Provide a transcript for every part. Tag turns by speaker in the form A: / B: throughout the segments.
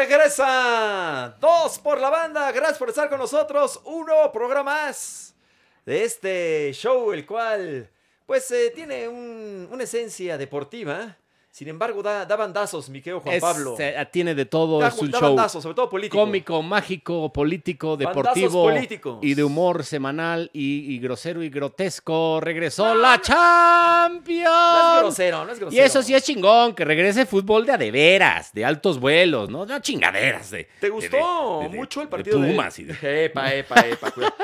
A: Regresa. Dos por la banda. Gracias por estar con nosotros. Un nuevo programa más de este show, el cual pues eh, tiene un- una esencia deportiva. Sin embargo, da, da bandazos, mi querido Juan
B: Es-
A: Pablo.
B: se- tiene de todo,
A: Da,
B: es un
A: da
B: show
A: bandazos, sobre todo político.
B: cómico, mágico, político,
A: Bandazos
B: deportivo
A: políticos.
B: y de humor semanal y, y grosero y grotesco.
A: No,
B: Regresó la
A: no. No es
B: Champions.
A: grosero, no es
B: Ah, Y
A: grosero.
B: eso sí es chingón, que regrese fútbol de adeveras, de altos vuelos, ¿no? No chingaderas de.
A: ¿Te
B: de-
A: gustó
B: de- de-
A: mucho el partido
B: de
A: de
B: Pumas y de-
A: Epa, epa, epa, cuidado.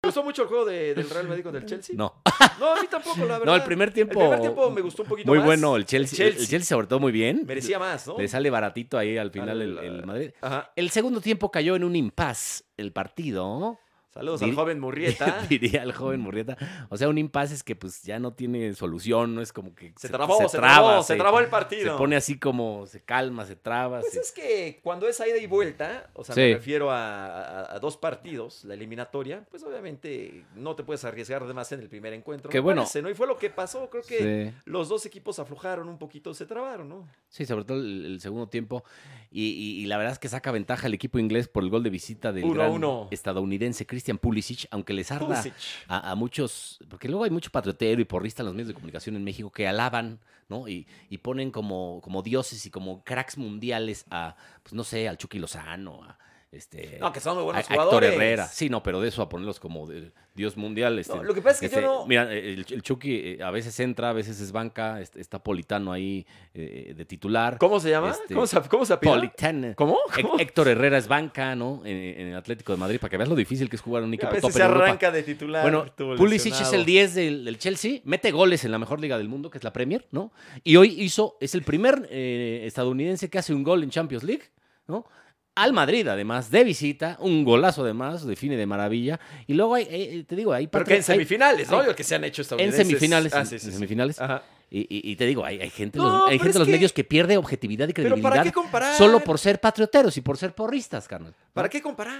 A: ¿Te gustó mucho el juego de- del Real Madrid contra el Chelsea?
B: No.
A: No, a mí tampoco, la verdad.
B: No, el primer tiempo.
A: El primer tiempo me gustó un poquito
B: Muy
A: más.
B: bueno, el Chelsea, el- El Chelsea se portó muy bien.
A: Merecía más, ¿no?
B: Le sale baratito ahí al final
A: Al-
B: el, el Madrid.
A: Ajá.
B: El segundo tiempo cayó en un impas el partido.
A: Saludos
B: Dir-
A: al joven Murrieta.
B: Diría el joven Murrieta. O sea, un impasse es que pues ya no tiene solución, no es como que
A: Se trabó, se, trabó, se, trabó el partido.
B: Se pone así como, se calma, se traba.
A: Pues
B: se-
A: es que cuando es ida y vuelta, o sea,
B: Sí.
A: me refiero a, a- a dos partidos, la eliminatoria, pues obviamente no te puedes arriesgar de más en el primer encuentro.
B: Que
A: me
B: bueno.
A: parece, ¿no? Y fue lo que pasó, creo que
B: Sí.
A: los dos equipos aflojaron un poquito, se trabaron, ¿no?
B: Sí, sobre todo el, el segundo tiempo. Y, y- y la verdad es que saca ventaja el equipo inglés por el gol de visita del
A: Uno a
B: gran
A: uno.
B: estadounidense Christian Pulisic, aunque les arda
A: Pulisic.
B: a, a muchos, porque luego hay mucho patriotero y porrista en los medios de comunicación en México que alaban, ¿no? Y, y ponen como, como dioses y como cracks mundiales a, pues no sé, al Chucky Lozano, a este...
A: No, que son muy
B: a- a
A: buenos
B: Héctor
A: jugadores.
B: Herrera, sí, no, pero de eso a ponerlos como de- dios mundial. Este,
A: No, lo que pasa es que yo
B: este,
A: no-
B: Mira, el, el Chucky eh, a veces entra, a veces es banca, este, está Politano ahí eh, de titular.
A: ¿Cómo se llama?
B: Este,
A: ¿Cómo se, cómo se apellida?
B: Politano.
A: ¿Cómo?
B: Hec-
A: ¿Cómo?
B: Héctor Herrera es banca, ¿no? En, en el Atlético de Madrid, para que veas lo difícil que es jugar en un
A: A
B: equipo top
A: veces
B: en
A: se
B: Europa.
A: arranca de titular.
B: Bueno,
A: estuvo
B: Pulisic es
A: lesionado.
B: el 10 del, del Chelsea, mete goles en la mejor liga del mundo, que es la Premier, ¿no? Y hoy hizo, es el primer eh, estadounidense que hace un gol en Champions League, ¿no? Al Madrid, además, de visita, un golazo además, define de maravilla. Y luego, hay, eh, te digo, ahí
A: Pero que en
B: patri- hay-
A: semifinales, ¿no?
B: hay-
A: Lo que se han hecho
B: en
A: estadounidenses.
B: semifinales.
A: Ah,
B: en-
A: sí, sí,
B: en
A: sí.
B: semifinales.
A: Ajá.
B: Y, y- y te digo, hay, hay gente, en
A: No,
B: los, hay
A: pero
B: gente en
A: es
B: los
A: que-
B: medios que pierde objetividad y
A: Pero ¿para
B: credibilidad
A: qué comparar?
B: solo por ser patrioteros y por ser porristas, carnal. ¿no?
A: ¿Para qué comparar?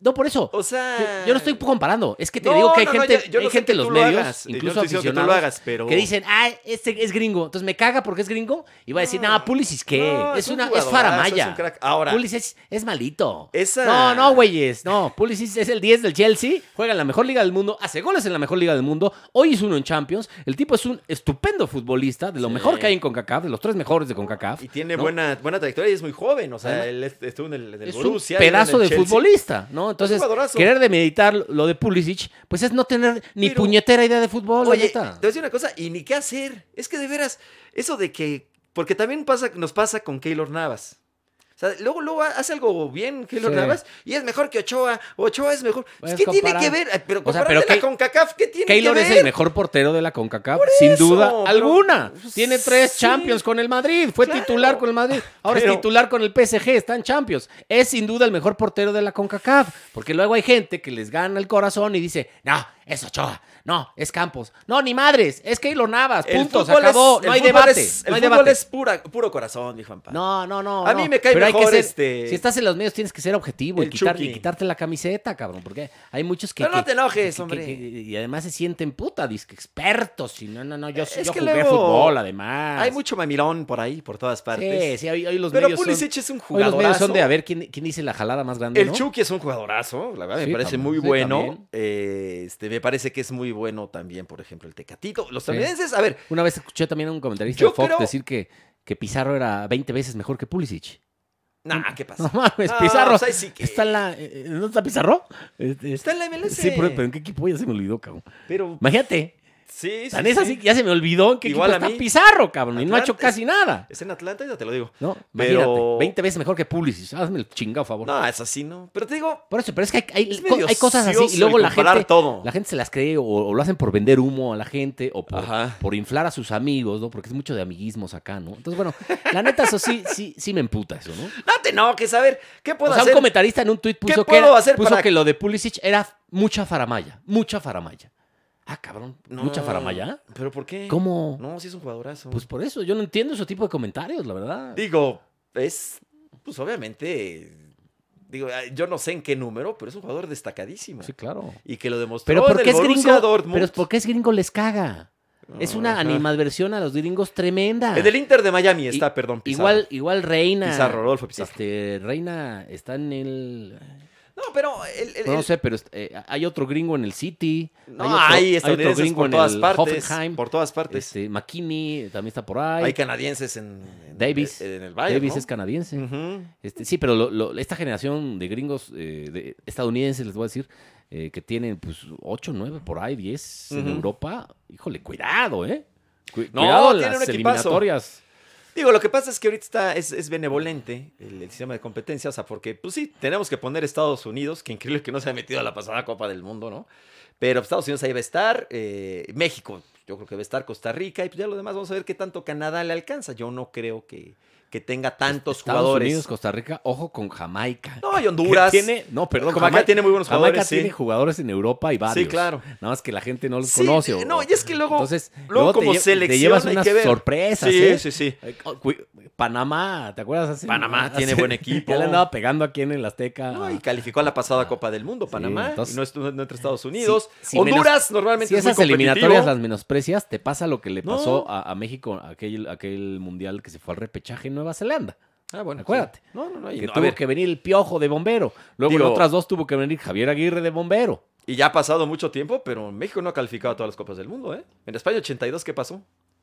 B: No, por eso.
A: O
B: Yo-
A: sea...
B: Yo, no estoy comparando. Es que te
A: No,
B: digo que hay
A: no, no,
B: gente,
A: yo- yo
B: hay
A: no sé
B: gente
A: que
B: en los
A: tú lo
B: medios,
A: hagas, y yo no
B: incluso
A: estoy diciendo que tú lo
B: aficionados,
A: hagas, pero-
B: que dicen, ah, este es gringo. Entonces me caga porque es gringo. Y va a decir,
A: No.
B: no, Pulisic, ¿qué?
A: Ah. No,
B: es,
A: es un
B: una, es
A: jugadorazo,
B: faramaya.
A: es un crack. Ahora-
B: Pulisic es, es malito.
A: Esa-
B: No, no, güeyes. No, Pulisic es el 10 del Chelsea. Juega en la mejor liga del mundo. Hace goles en la mejor liga del mundo. Hoy es uno en Champions. El tipo es un estupendo futbolista, de lo
A: Sí.
B: mejor que hay en CONCACAF, de los tres mejores de CONCACAF.
A: Y tiene
B: ¿no?
A: buena, buena trayectoria y es muy joven. O sea,
B: Además,
A: él est- estuvo en el, en el
B: es
A: Borussia,
B: un
A: luego en
B: pedazo
A: el
B: de
A: Chelsea.
B: futbolista, ¿no? Entonces,
A: jugadorazo.
B: querer de meditar lo de Pulisic, pues es no tener ni
A: Pero-
B: puñetera idea de fútbol, la
A: Oye, te voy
B: neta.
A: a decir una cosa, y ni qué hacer. Es que de veras, eso de que. Porque también pasa, nos pasa con Keylor Navas. O sea, luego, luego hace algo bien Keylor
B: Sí.
A: Navas y es mejor que Ochoa. Ochoa es mejor. es
B: Puedes
A: que tiene
B: comparar.
A: que ver. Ay, Pero
B: O sea,
A: comparándola
B: pero Key-
A: con CACAF, ¿qué tiene
B: Keylor
A: que
B: es
A: ver?
B: el mejor portero de la CONCACAF, sin duda
A: eso, pero- pues,
B: alguna. Tiene tres
A: Sí.
B: Champions con el Madrid, fue
A: Claro.
B: titular con el Madrid, ahora
A: Pero-
B: es titular con el PSG, está en Champions. Es sin duda el mejor portero de la CONCACAF, porque luego hay gente que les gana el corazón y dice, no, es Ochoa, no, es Campos, no, ni madres, es Keylor Navas,
A: El
B: punto, se
A: fútbol es-
B: acabó,
A: el
B: no hay
A: fútbol
B: debate.
A: es-
B: no hay
A: el fútbol
B: debate.
A: es pura, puro corazón, mi Juanpa.
B: No, no, no.
A: A mí
B: no.
A: me cae
B: Pero hay que
A: mejor,
B: ser-
A: este-
B: Si estás en los medios tienes que ser objetivo y,
A: El
B: quitar- y
A: Chucky.
B: quitarte la camiseta, cabrón. Porque hay muchos que.
A: Pero no
B: que-
A: te enojes,
B: que-
A: hombre.
B: que- que- y además se sienten puta, disque expertos. Y no, no, no. Yo, sí-
A: Es
B: yo
A: que
B: jugué
A: luego
B: fútbol, además.
A: Hay mucho mamilón por ahí, por todas partes.
B: Sí, sí, hoy, hoy los
A: Pero
B: medios. son,
A: Pulisic es un
B: hoy los medios
A: jugadorazo.
B: son de a ver quién, quién dice la jalada más grande.
A: El
B: ¿no?
A: Chucky es un jugadorazo, la verdad,
B: Sí,
A: me parece
B: también,
A: muy
B: sí,
A: bueno.
B: también.
A: Eh, este, me parece que es muy bueno también, por ejemplo, el Tecatito. Los
B: Sí.
A: estadounidenses, a ver,
B: Una vez escuché también a un comentarista
A: Yo
B: de Fox
A: creo-
B: decir que, que Pizarro era 20 veces mejor que Pulisic.
A: nah, ¿qué pasa?
B: No mames,
A: No,
B: Pizarro.
A: o sea, sí que-
B: Está en la. eh, eh, ¿Dónde está Pizarro? Este,
A: Está en la MLS.
B: Sí, pero, pero ¿en qué equipo ya se me olvidó, cabrón?
A: Pero,
B: Imagínate.
A: sí, sí,
B: Tan es así
A: sí.
B: que ya se me olvidó que
A: Igual
B: equipo
A: a
B: está
A: mí.
B: Pizarro, cabrón, y no ha hecho
A: Atlante.
B: casi nada.
A: Es en Atlanta, ya te lo digo.
B: No,
A: Pero-
B: imagínate, 20 veces mejor que Pulisic, hazme el chingado favor.
A: No, es así, ¿no? Pero te digo,
B: Por eso, pero es que hay, hay-
A: Es
B: co-
A: medio
B: hay cosas así y
A: ocioso
B: luego
A: el
B: la
A: comparar
B: gente,
A: todo.
B: la gente se las cree o, o lo hacen por vender humo a la gente o por,
A: Ajá.
B: por inflar a sus amigos, ¿no? Porque es mucho de amiguismos acá, ¿no? Entonces, bueno, la neta, eso sí, sí, sí me emputa eso, ¿no?
A: no te enojes, a ver, ¿qué puedo
B: O sea, un
A: hacer?
B: comentarista en un tuit puso, que,
A: puedo
B: era-
A: hacer
B: puso
A: para-
B: que lo de Pulisic era mucha faramaya, mucha faramaya. Ah, cabrón,
A: No,
B: mucha faramaya.
A: ¿Pero por qué?
B: ¿Cómo?
A: No, sí es un jugadorazo.
B: Pues por eso, yo no entiendo ese tipo de comentarios, la verdad.
A: digo, es, pues obviamente, digo, ah, yo no sé en qué número, pero es un jugador destacadísimo.
B: Sí, claro.
A: Y que lo demostró
B: Pero
A: en
B: porque
A: el
B: es
A: Borussia
B: gringo,
A: Dortmund.
B: pero es porque es gringo les caga. Es una
A: Ajá.
B: animadversión a los gringos tremenda.
A: En el Inter de Miami está,
B: I-
A: perdón, Pizarro.
B: Igual, igual Reina.
A: Pizarro, Rodolfo Pizarro.
B: Este, Reina está en el.
A: No, pero el, el-
B: No,
A: el-
B: sé, pero est- eh, hay otro gringo en el City.
A: no, hay
B: otro
A: estadounidenses por todas partes.
B: Hoffenheim.
A: Por todas partes.
B: Este, McKinney también está por ahí.
A: Hay canadienses en, en-
B: Davis.
A: en el Bayern,
B: Davis
A: ¿no?
B: es canadiense.
A: Ujú.
B: Este, sí, pero lo- lo- esta generación de gringos eh, de- estadounidenses, les voy a decir, eh, que tienen pues 8, 9, por ahí, 10 en
A: Ujú.
B: Europa, híjole, cuidado, ¿eh? Cu-
A: No,
B: cuidado
A: tiene un
B: las
A: equipazo.
B: eliminatorias.
A: Digo, lo que pasa es que ahorita está, es, es benevolente el, el sistema de competencia, o sea, porque, pues sí, tenemos que poner Estados Unidos, que increíble que no se ha metido a la pasada Copa del Mundo, ¿no? Pero pues, Estados Unidos ahí va a estar, eh, México, yo creo que va a estar Costa Rica, y pues ya lo demás vamos a ver qué tanto Canadá le alcanza. Yo no creo que, que tenga tantos
B: Estados
A: jugadores.
B: Unidos, Costa Rica, ojo con Jamaica.
A: No, y Honduras.
B: Que Tiene, no, perdón.
A: Jamaica tiene muy buenos
B: Jamaica
A: jugadores, sí.
B: tiene jugadores en Europa y varios.
A: Sí, claro.
B: Nada más que la gente no los
A: Sí,
B: conoce.
A: eh,
B: o-
A: no, y es que luego-
B: Entonces,
A: Luego, como
B: te, lle-
A: selección
B: te llevas
A: hay
B: unas
A: que ver.
B: sorpresas.
A: Sí,
B: ¿eh?
A: sí, sí.
B: Eh, oh, cu- Panamá, ¿te acuerdas? Hace-
A: Panamá
B: hace-
A: tiene buen equipo.
B: Ya le andaba pegando aquí en el Azteca.
A: No, y calificó a la pasada Copa del Mundo,
B: Ah. Sí,
A: Panamá,
B: entonces- eh,
A: y no, estuvo- no entre Estados Unidos.
B: si
A: Honduras normalmente
B: si
A: es muy
B: esas eliminatorias
A: competitivo.
B: las menosprecias, te pasa lo que le
A: No.
B: pasó a, a México aquel, aquel mundial que se fue al repechaje en Nueva Zelanda.
A: Ah, bueno,
B: Acuérdate.
A: sí. No, no, no. Y,
B: que
A: no, a
B: tuvo
A: ver,
B: que venir el piojo de bombero. Luego
A: Digo-
B: en otras dos tuvo que venir Javier Aguirre de bombero.
A: y ya ha pasado mucho tiempo, pero México no ha calificado a todas las Copas del Mundo, ¿eh? En España 82, ¿qué pasó?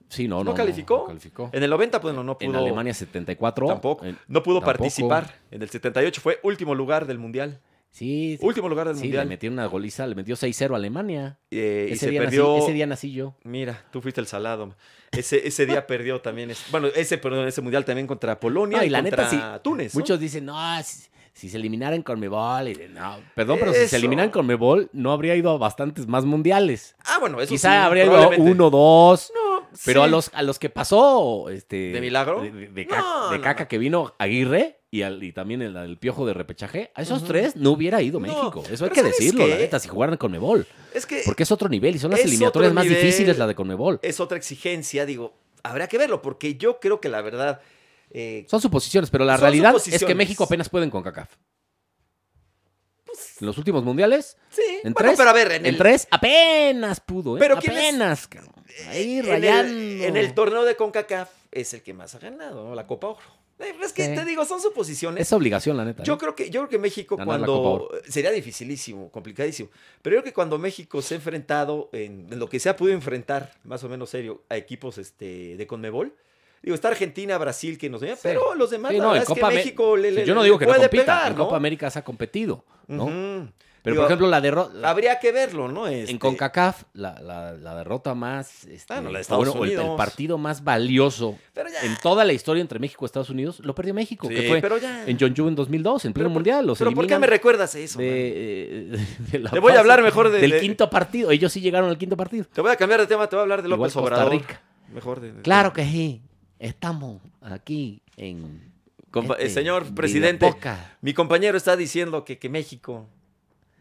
B: Sí, no,
A: ¿No
B: no. no,
A: calificó?
B: no calificó.
A: En el 90, pues no, no pudo.
B: En Alemania 74.
A: Tampoco.
B: En-
A: no pudo
B: tampoco.
A: participar. En el 78 fue último lugar del Mundial.
B: Sí, sí,
A: Último lugar del
B: sí, le
A: Mundial.
B: metió una goliza, le metió 6-0 a Alemania.
A: Eh, y
B: Ese
A: se
B: día, nací-
A: perdió.
B: ese día nací yo.
A: Mira, tú fuiste el salado. Ese, ese día perdió también. es- bueno, ese, perdón, ese Mundial también contra Polonia
B: No,
A: y,
B: y la
A: contra
B: neta,
A: Túnez. ¿no?
B: Muchos dicen, no, si, si se eliminaran con Mebol. no, perdón, pero si
A: Eso.
B: se eliminan con Mebol, no habría ido a bastantes más mundiales.
A: Ah, bueno, eso
B: Quizá
A: sí,
B: habría ido a
A: probablemente.
B: uno, dos.
A: No,
B: Pero
A: sí.
B: a los a los que pasó, este.
A: ¿De milagro?
B: De, de- de
A: No,
B: ca- de
A: no,
B: caca
A: no.
B: que vino Aguirre y, al- y también el, el piojo de repechaje, a esos
A: Ujú.
B: tres no hubiera ido
A: No,
B: México. Eso
A: pero
B: hay que
A: ¿sabes
B: decirlo, la
A: qué?
B: neta, si jugaran con Mebol.
A: Es que
B: Porque es otro nivel y son las
A: Es
B: eliminatorias
A: otro
B: más
A: nivel. Eh,
B: difíciles la de Conmebol.
A: es otra exigencia, digo, habrá que verlo, porque yo creo que la verdad. eh,
B: Son suposiciones, pero la
A: Son
B: realidad es que
A: suposiciones.
B: México apenas puede con CACAF.
A: Pues,
B: En los últimos mundiales,
A: sí,
B: en
A: bueno,
B: tres,
A: pero a ver, en,
B: en
A: el,
B: tres apenas pudo, ¿eh?
A: Pero ¿quién es-
B: apenas. cabrón. Ahí
A: eh, en el-
B: rayando.
A: en el torneo de CONCACAF es el que más ha ganado, ¿no? La Copa Oro. Eh, Es que
B: Sí.
A: te digo, son suposiciones.
B: Es obligación, la neta.
A: Yo
B: ¿eh?
A: creo que, yo creo que México
B: Ganar la
A: cuando
B: Copa
A: sería dificilísimo, complicadísimo. Pero yo creo que cuando México se ha enfrentado en, en lo que se ha podido enfrentar, más o menos serio, a equipos este, de Conmebol. Digo, está Argentina, Brasil, que nos veía, pero los demás,
B: Sí,
A: la
B: no,
A: verdad
B: en
A: es
B: Copa
A: que
B: Amé-
A: México le,
B: Sí,
A: le-
B: yo no
A: le
B: digo que no
A: puede
B: compita.
A: pegar,
B: en
A: ¿no?
B: Copa América se ha competido, ¿no?
A: Ujú.
B: Pero,
A: Digo,
B: por ejemplo, la derrota.
A: Habría que verlo, ¿no? Este,
B: En CONCACAF, la, la- la derrota más. este,
A: Ah, no, la de
B: o bueno,
A: Estados
B: o el- El,
A: Unidos.
B: partido más valioso
A: Pero ya.
B: en toda la historia entre México y Estados Unidos lo perdió México,
A: Sí,
B: que fue
A: pero ya.
B: en John en 2002, en pleno
A: Pero por-
B: mundial. Los
A: ¿Pero por qué
B: eliminan
A: me recuerdas eso? man?
B: de, eh, de la
A: Te voy a
B: fase-
A: hablar mejor de-
B: del
A: de-
B: quinto partido. Ellos sí llegaron al quinto partido.
A: Te voy a cambiar de tema, te voy a hablar de
B: Igual
A: López
B: Costa
A: Obrador.
B: Rica.
A: Mejor de- de-
B: Claro que sí. Estamos aquí en.
A: Compa- eh,
B: este
A: señor presidente,
B: videopodcast.
A: Mi compañero está diciendo que, que México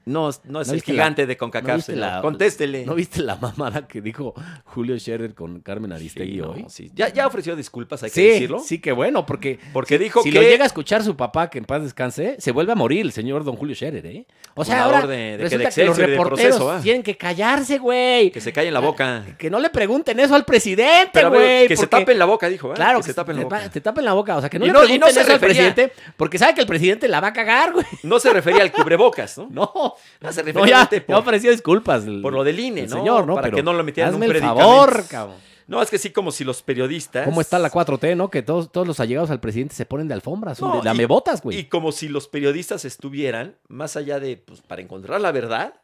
A: no, es- no es
B: ¿No
A: el
B: viste la-
A: gigante de
B: ¿no
A: CONCACAF,
B: viste
A: señor.
B: la-
A: Contéstele.
B: ¿No viste la mamada que dijo Julio Scherer con Carmen Aristegui
A: Sí, no,
B: hoy?
A: sí. ya, ya ofreció disculpas, hay que
B: sí,
A: decirlo.
B: sí, que bueno, porque
A: Porque dijo
B: si
A: que...
B: lo llega a escuchar su papá, que en paz descanse, se vuelve a morir el señor don Julio Scherer, ¿eh? O sea,
A: Fundador
B: ahora
A: de- de que
B: resulta
A: de
B: que los
A: Excelsior y de
B: reporteros
A: Proceso, ah.
B: tienen que callarse, güey.
A: Que se calle en la boca.
B: Que no le pregunten eso al presidente,
A: Pero, a ver,
B: Ah, este güey.
A: que se
B: porque-
A: tapen la boca, dijo. ¿eh?
B: Claro,
A: que se tapen la
B: te-
A: boca.
B: Te tapen la boca. O sea, que no
A: Y
B: le
A: no- y no
B: pregunten
A: se
B: eso al
A: refería-
B: presidente, porque sabe que el presidente la va a cagar, güey.
A: No se refería al cubrebocas, ¿no?
B: No.
A: No, se refería
B: No, ya,
A: obviamente
B: ya
A: por-
B: ofreció disculpas. el-
A: por lo del INE,
B: el
A: ¿no?
B: Señor, ¿no?
A: Para
B: Pero
A: que no lo metieran en
B: hazme
A: un
B: el
A: predicamento.
B: favor, cabrón.
A: No, es que sí, como si los periodistas.
B: ¿Cómo está la 4T, no? Que todos, todos los allegados al presidente se ponen de alfombra. Son
A: No,
B: de
A: y-
B: lamebotas, güey.
A: Y como si los periodistas estuvieran, más allá de, pues, para encontrar la verdad,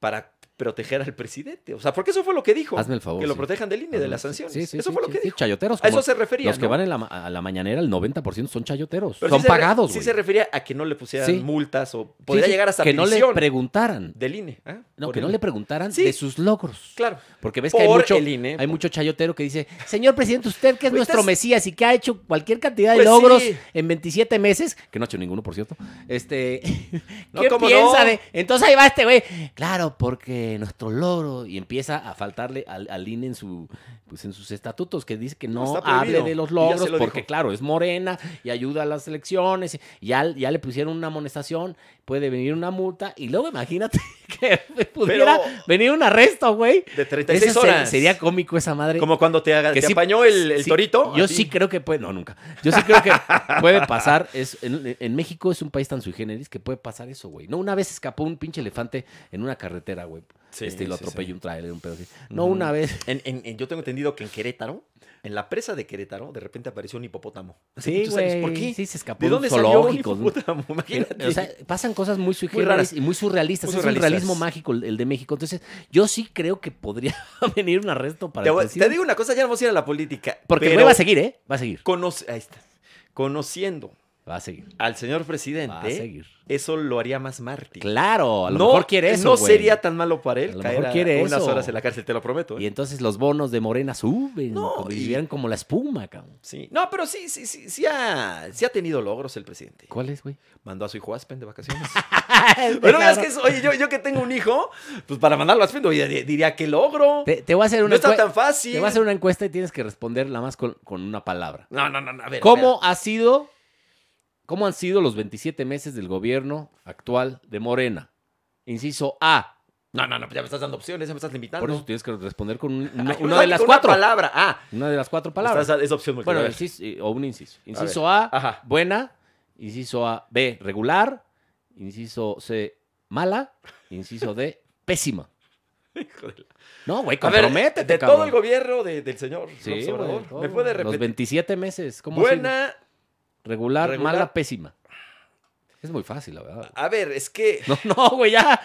A: para proteger al presidente. O sea, porque eso fue lo que dijo.
B: Hazme el favor,
A: Que lo
B: sí.
A: protejan del INE, de las sanciones.
B: Sí, sí,
A: eso
B: sí,
A: fue lo
B: sí,
A: que
B: sí,
A: dijo.
B: chayoteros.
A: A eso
B: como
A: se refería.
B: Los que
A: ¿no?
B: van en la ma- a la mañanera, el 90% son chayoteros.
A: Pero
B: son
A: sí se re-
B: pagados,
A: Sí
B: güey.
A: se refería a que no le pusieran
B: Sí.
A: multas o podría
B: Sí, sí,
A: llegar hasta
B: Que no le
A: prisión
B: preguntaran.
A: del INE. ¿ah?
B: No,
A: Por
B: que
A: el
B: no
A: INE.
B: le preguntaran
A: Sí.
B: de sus logros.
A: Claro.
B: Porque ves que hay
A: Por
B: mucho,
A: el INE,
B: hay
A: por-
B: mucho chayotero que dice, señor presidente, usted que es
A: Pues
B: nuestro
A: estás-
B: Mesías y que ha hecho cualquier cantidad de
A: Pues
B: logros
A: sí.
B: en 27 meses, que no ha hecho ninguno, por cierto, este,
A: No,
B: ¿qué
A: ¿cómo no?
B: piensa de...? Entonces ahí va este güey, claro, porque este, nuestro logro, y empieza a faltarle al, al INE en, su, pues en sus estatutos, que dice que no
A: Está
B: hable
A: prohibido.
B: de los
A: Y ya se
B: logros,
A: lo
B: porque
A: dijo.
B: claro, es morena y ayuda a las elecciones, y ya, ya le pusieron una amonestación, puede venir una multa, y luego imagínate que pudiera venir un arresto, güey.
A: De 36
B: Eso se-
A: horas.
B: sería cómico esa madre.
A: como cuando te, haga-
B: que
A: te
B: sí-
A: apañó el, el
B: Sí,
A: torito.
B: Yo
A: así.
B: sí creo que puede, no, nunca. Yo sí creo que puede pasar. Es, en, en México es un país tan sui generis que puede pasar eso, güey. No, una vez escapó un pinche elefante en una carretera, güey.
A: Sí,
B: este, y lo
A: sí,
B: atropelló
A: sí.
B: un trailer, un pedo así. No,
A: Ujú.
B: una vez.
A: En- en- en- yo tengo entendido que en Querétaro, en la presa de Querétaro, de repente apareció un hipopótamo. Hace
B: Sí,
A: muchos años.
B: güey.
A: ¿Por qué?
B: Sí, se escapó.
A: ¿De
B: de un
A: dónde salió un
B: zoológico, ¿no?
A: hipopótamo? Imagínate.
B: O sea, pasan cosas muy sui
A: Muy
B: generis
A: raras.
B: y muy surrealistas.
A: Muy
B: es
A: surrealistas.
B: un realismo mágico el, el de México. Entonces, yo sí creo que podría venir un arresto para
A: te, voy-
B: el
A: te
B: presidente.
A: digo una cosa, ya no vamos a ir a la política.
B: Porque
A: pero
B: güey, va a seguir, ¿eh? Va a seguir.
A: conoce- ahí está. Conociendo
B: Va a seguir.
A: al señor presidente,
B: Va a seguir.
A: eso lo haría más mártir.
B: Claro, a lo mejor quiere eso.
A: No
B: güey.
A: sería tan malo para él
B: A lo
A: caer
B: mejor
A: a
B: quiere
A: unas
B: eso.
A: horas en la cárcel, te lo prometo. ¿eh?
B: Y entonces los bonos de Morena suben,
A: No,
B: como,
A: y-
B: si vivieran como la espuma, cabrón.
A: Sí. No, pero sí, sí, sí, sí ha, sí ha tenido logros el presidente.
B: ¿Cuál es, güey?
A: Mandó a su hijo a Aspen de vacaciones. Pero es que, es- oye, yo, yo que tengo un hijo, pues para mandarlo a Aspen diría, diría que logro.
B: te, te voy a hacer
A: No
B: una
A: está
B: encue-
A: tan fácil.
B: Te voy a hacer una encuesta y tienes que responderla más con, con una palabra.
A: No, no, no, no, a ver.
B: ¿Cómo ha sido? ¿Cómo han sido los 27 meses del gobierno actual de Morena? Inciso A.
A: espera. No, no, no, ya me estás dando opciones, ya me estás limitando.
B: Por eso tienes que responder con un- una,
A: Ay,
B: una
A: no,
B: de
A: ni Ah,
B: las
A: con una
B: cuatro.
A: palabra. Ah,
B: Una de las cuatro palabras.
A: estás- es opción múltiple.
B: Bueno, ah.
A: a ver.
B: inciso- eh, o un inciso. Inciso A,
A: Ajá.
B: buena. Inciso A, B, regular. Inciso C, mala. Inciso D, pésima.
A: Hijo de la-
B: No, güey,
A: A ver,
B: comprométete,
A: de
B: cabrón.
A: todo el gobierno de- del señor
B: Sí,
A: López
B: güey,
A: Obrador.
B: todo.
A: ¿Me puede
B: Los
A: repetir?
B: 27 meses. ¿cómo ha sido?
A: Buena.
B: Regular,
A: regular.
B: mala, pésima. Es muy fácil, la verdad.
A: A ver, es que.
B: No, no, güey, ya.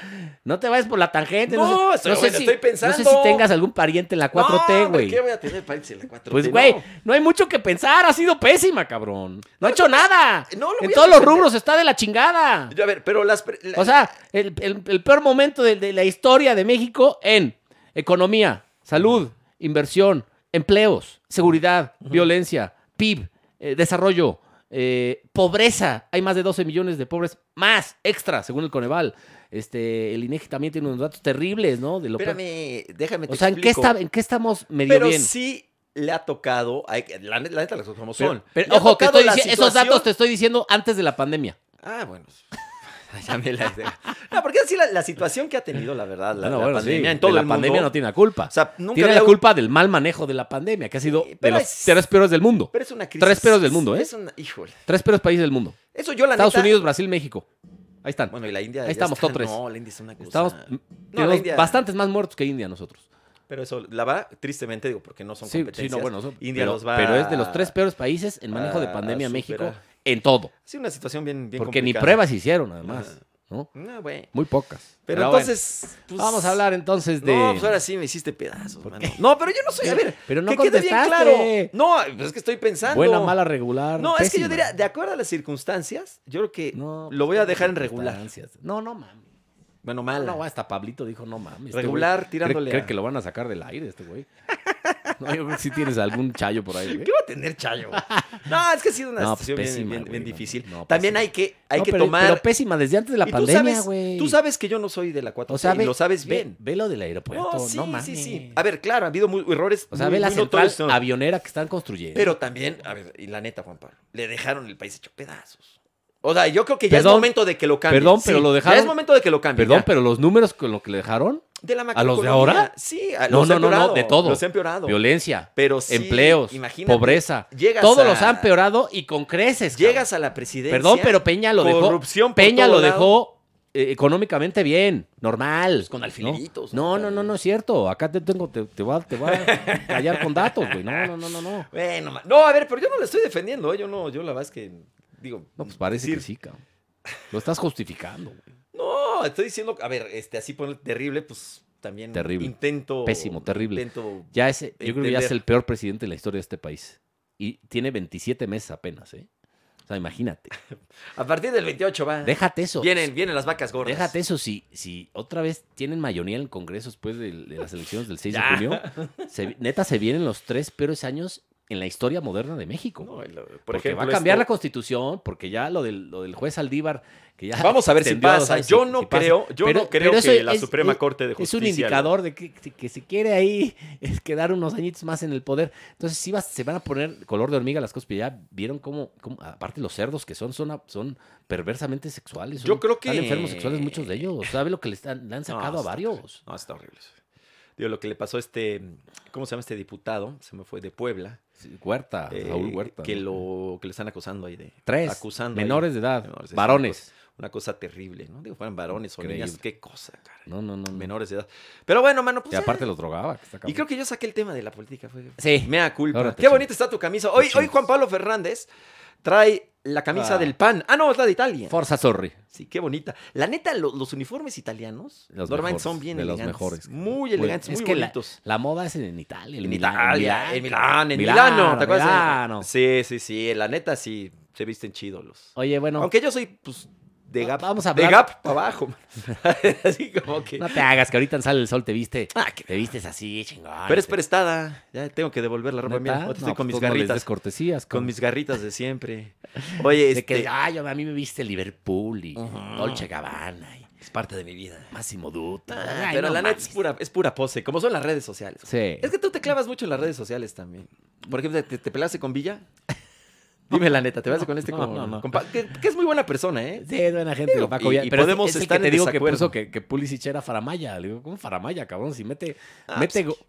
B: No te vayas por la tangente. No,
A: No,
B: sé-
A: estoy-
B: no sé
A: güey,
B: si,
A: estoy pensando.
B: No sé si tengas algún pariente en la
A: No,
B: 4T,
A: hombre,
B: güey.
A: ¿Qué voy a tener para irse la 4T?
B: Pues, güey,
A: No.
B: no. hay mucho que pensar. Ha sido pésima, cabrón. No ha hecho nada.
A: eh, no lo voy
B: en
A: a
B: todos los
A: defender.
B: rubros está de la chingada.
A: Yo, A ver, pero las. pre- la-
B: O sea, el, el- el peor momento de, de la historia de México en economía, salud, inversión, empleos, seguridad, violencia, PIB, eh, desarrollo, eh, pobreza. Hay más de 12 millones de pobres más extra, según el Coneval. Este, el INEGI también tiene unos datos terribles, ¿no? De lo peor.
A: espérame, déjame te
B: O sea, ¿en qué,
A: explico.
B: está- ¿en qué estamos medio
A: Pero
B: bien?
A: sí le ha tocado. hay que- la, neta- la neta, las cosas como
B: Pero-
A: son.
B: pero,
A: Le ha
B: ojo, te
A: tocado
B: estoy
A: la
B: dici- esos
A: situación-
B: datos te estoy diciendo antes de la pandemia.
A: Ah, bueno. ya me la- No, porque así la, la situación que ha tenido, la verdad, la, la
B: Bueno, Ah, bueno, sí,
A: pandemia en
B: de
A: todo
B: la
A: el
B: pandemia
A: mundo.
B: no tiene la culpa.
A: O sea, nunca
B: Tiene
A: había-
B: la culpa del mal manejo de la pandemia, que ha sido
A: Sí,
B: de
A: pero
B: los
A: es-
B: tres peores del mundo.
A: Pero es una crisis.
B: Tres peros del mundo, ¿eh?
A: Es una, híjole.
B: Tres peores países del mundo.
A: Eso yo la
B: Estados
A: neta-
B: Unidos, Brasil, México. Ahí están.
A: Bueno, y la India.
B: Ahí
A: ya
B: estamos,
A: está-
B: top tres.
A: No, la India es una cosa.
B: Estamos
A: la
B: tenemos
A: India-
B: bastantes más muertos que India nosotros.
A: Pero eso, la va, tristemente, digo, porque no son
B: Sí,
A: competencias.
B: sí, no, bueno, eso-
A: India
B: pero,
A: nos va
B: pero es de los tres peores países en manejo de
A: a
B: pandemia México
A: superar.
B: en todo.
A: Sí, una situación bien, bien
B: porque
A: complicada.
B: ni pruebas hicieron, además.
A: Ajá.
B: ¿no?
A: No, güey.
B: Muy pocas.
A: Pero,
B: bueno,
A: entonces. pues,
B: vamos a hablar entonces de.
A: No, pues ahora sí me hiciste pedazos, mano. No, pero yo no soy. A ver.
B: Eh, Pero no
A: que quede bien claro.
B: contestaste.
A: No, pues es que estoy pensando.
B: Buena, mala, regular.
A: No, es que yo
B: pésima.
A: diría, de acuerdo a las circunstancias, yo creo que
B: No,
A: lo
B: pues,
A: voy a
B: con
A: dejar en regular.
B: circunstancias. No, no mames.
A: Bueno, mala.
B: No, hasta Pablito dijo, no mames. este
A: Regular,
B: güey cree-
A: tirándole
B: Cree
A: a-
B: que lo van a sacar del aire este güey. No, yo creo que sí tienes algún chayo por ahí, güey.
A: ¿Qué va a tener Chayo? No, es que ha sido una
B: No, pues,
A: situación bien-
B: pésima,
A: bien,
B: güey,
A: bien
B: no,
A: difícil.
B: no,
A: También
B: pésima.
A: hay que, hay
B: No,
A: que
B: pero,
A: tomar.
B: Pero pésima, desde antes de la
A: y
B: pandemia,
A: tú sabes,
B: güey.
A: tú sabes que yo no soy de la 4
B: O sea, ve,
A: lo sabes
B: ve-
A: bien.
B: Ve, lo del aeropuerto, no,
A: sí,
B: mames.
A: sí, sí. A ver, claro, ha habido muy- errores.
B: o sea,
A: muy-
B: ve la
A: muy
B: central
A: notorios, ¿no?
B: avionera que están construyendo.
A: Pero también, a ver, y la neta, Juan Pablo, le dejaron el país hecho pedazos. O sea, yo creo que ya es
B: Perdón,
A: momento de que lo cambien.
B: perdón, pero lo dejaron-
A: Ya es momento de que lo cambien.
B: Perdón,
A: ya.
B: pero los números con lo que le dejaron,
A: De la
B: ¿A los de
A: macroeconomía,
B: ahora?
A: Sí, a-
B: No,
A: Ah, los
B: no,
A: ha
B: no, no,
A: empeorado,
B: de todo.
A: Los ha empeorado.
B: violencia,
A: Pero sí,
B: empleos,
A: imagínate,
B: pobreza,
A: llegas
B: todos
A: a-
B: los han empeorado y con creces. cabrón.
A: Llegas a la presidencia.
B: Perdón, pero Peña lo dejó.
A: corrupción por
B: Peña
A: todo lado.
B: lo
A: Pues
B: dejó eh, económicamente bien, normal.
A: con alfileritos,
B: No,
A: ¿no?
B: no, no, no, no es cierto. Acá te tengo, te, te va, te va a callar con datos, güey. No, no, no, no, no.
A: Bueno, ma- no, a ver, pero yo no la estoy defendiendo, ¿eh? yo no, yo la verdad es que digo,
B: No, pues parece
A: decir-
B: que sí, cabrón. Lo estás justificando, güey.
A: No, estoy diciendo, a ver, este así poner terrible, pues también
B: Terrible.
A: intento
B: Pésimo, terrible.
A: Intento
B: Ya ese, yo creo que ya
A: Entender.
B: es el peor presidente de la historia de este país. Y tiene 27 meses apenas, ¿eh? O sea, imagínate.
A: a partir del 28 va.
B: Déjate eso.
A: Vienen, vienen las vacas gordas.
B: Déjate eso, si, si otra vez tienen mayoría en el Congreso después del- de, las elecciones del 6 de
A: Ya.
B: junio, se vi- neta se vienen los tres peores años en la historia moderna de México.
A: No, el- por ejemplo,
B: porque
A: este
B: va a cambiar la
A: esto-
B: constitución, porque ya lo del, lo del juez Aldívar, que ya...
A: Vamos a ver si
B: tendió dos
A: pasa.
B: años,
A: Yo
B: si
A: no
B: pasa.
A: creo, yo
B: Pero-
A: no creo
B: pero eso
A: que la
B: es-
A: Suprema
B: es-
A: Corte de Justicia.
B: Es un indicador de que, que se quiere ahí es quedar unos añitos más en el poder. Entonces sí va- se van a poner color de hormiga las cosas, pero ya vieron cómo, cómo- aparte los cerdos que son, son, a- son perversamente sexuales. son-
A: Yo creo que-
B: Están enfermos sexuales muchos de ellos. ¿Sabe lo que le, están- le han sacado a
A: está-
B: varios?
A: No, está horrible. eso. Digo, lo que le pasó a este, ¿cómo se llama este diputado? Se me fue de Puebla.
B: Sí, Huerta,
A: eh,
B: Raúl Huerta.
A: Que
B: ¿no?
A: lo, que le están acusando ahí de.
B: Tres
A: Acusando ahí.
B: menores de edad,
A: Menores de edad,
B: varones.
A: Una cosa terrible, ¿no? Digo, fueran varones o
B: Increíble.
A: niñas, qué cosa, cara.
B: No, no, no. no.
A: Menores de edad. Pero bueno, mano, pues.
B: y
A: ya.
B: aparte los drogaba. que está
A: Y
B: cabrón.
A: creo que yo saqué el tema de la política. Fue...
B: Sí.
A: Mea culpa.
B: Ahora te
A: Qué
B: chingas.
A: bonita está tu camisa. Hoy,
B: Te
A: hoy
B: chingas.
A: Juan Pablo Fernández trae la camisa
B: Ah.
A: del pan. Ah, no, es la de Italia.
B: Forza Sorry.
A: Sí, qué bonita. La neta, lo- los uniformes italianos
B: Los
A: normalmente
B: mejores,
A: son bien
B: de los
A: elegantes.
B: mejores.
A: Muy
B: Muy-
A: elegantes,
B: es
A: muy
B: que la-
A: bonitos.
B: La moda es en Italia. el
A: en
B: Milán,
A: Italia, en Milán, en
B: Milano,
A: Milano, ¿te acuerdas?
B: Milano.
A: Sí, sí, sí. La neta, sí, se visten chidos los.
B: Oye, bueno,
A: Aunque yo soy, pues, de
B: Va-
A: Gap.
B: vamos a
A: De
B: hablar-
A: Gap para abajo. man. Así como que.
B: no te hagas que ahorita sale el sol, te viste.
A: Ah, que-
B: Te vistes así, chingón.
A: Pero es prestada. Ya tengo que devolver la ropa.
B: Ah, ¿Neta?
A: Mira, ahorita estoy
B: No,
A: con
B: pues
A: mis
B: tú no les
A: garritas.
B: des cortesías.
A: con
B: cabrón.
A: mis garritas de siempre. Oye,
B: De que,
A: este,
B: ay, a mí me viste Liverpool y
A: Ujú.
B: Dolce Gabbana y
A: es parte de mi vida.
B: Máximo Duta.
A: Ah, pero la neta es pura, es pura pose, como son las redes sociales.
B: Sí.
A: Es que tú te clavas mucho en las redes sociales también. Por ejemplo, ¿te, te peleaste con Villa? Dime la neta, ¿te peleaste con este?
B: no,
A: con-
B: no, no.
A: con Pa- que, que es muy buena persona, ¿eh?
B: Sí, es buena gente,
A: Digo,
B: el Paco
A: y-
B: Villa,
A: y
B: pero es-
A: podemos
B: es el
A: estar
B: que te
A: en
B: digo que
A: desacuerdo.
B: puso que, que Pulisic era Faramaya. Le digo, ¿cómo Faramaya, cabrón? Si mete,
A: Ah,
B: mete
A: pues-
B: go-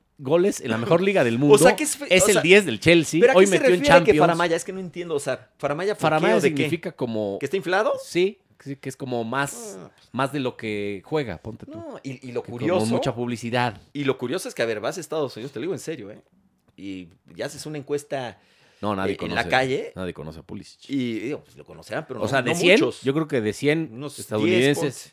B: goles en la mejor liga del mundo.
A: sea, que es fe-
B: es
A: o
B: el
A: sea,
B: 10 del Chelsea.
A: ¿Pero a
B: Hoy
A: qué se
B: metió en
A: refiere que
B: Champions.
A: Faramaya? Es que no entiendo, o sea, ¿Faramaya por qué
B: Faramaya
A: o de qué?
B: significa como.
A: ¿Que está inflado?
B: Sí, sí, que es como más,
A: Ah,
B: más de lo que juega, ponte tú.
A: No, y, y lo
B: Que
A: curioso...
B: Como mucha publicidad.
A: Y lo curioso es que, a ver, vas a Estados Unidos, te lo digo en serio, ¿eh? Y ya haces una encuesta
B: No, nadie
A: eh, en
B: conoce.
A: la calle
B: Nadie conoce a Pulisic.
A: y, digo, pues lo conocerán, pero
B: o
A: no,
B: sea, de
A: no
B: 100,
A: muchos.
B: yo creo que de 100
A: Unos 10,
B: estadounidenses,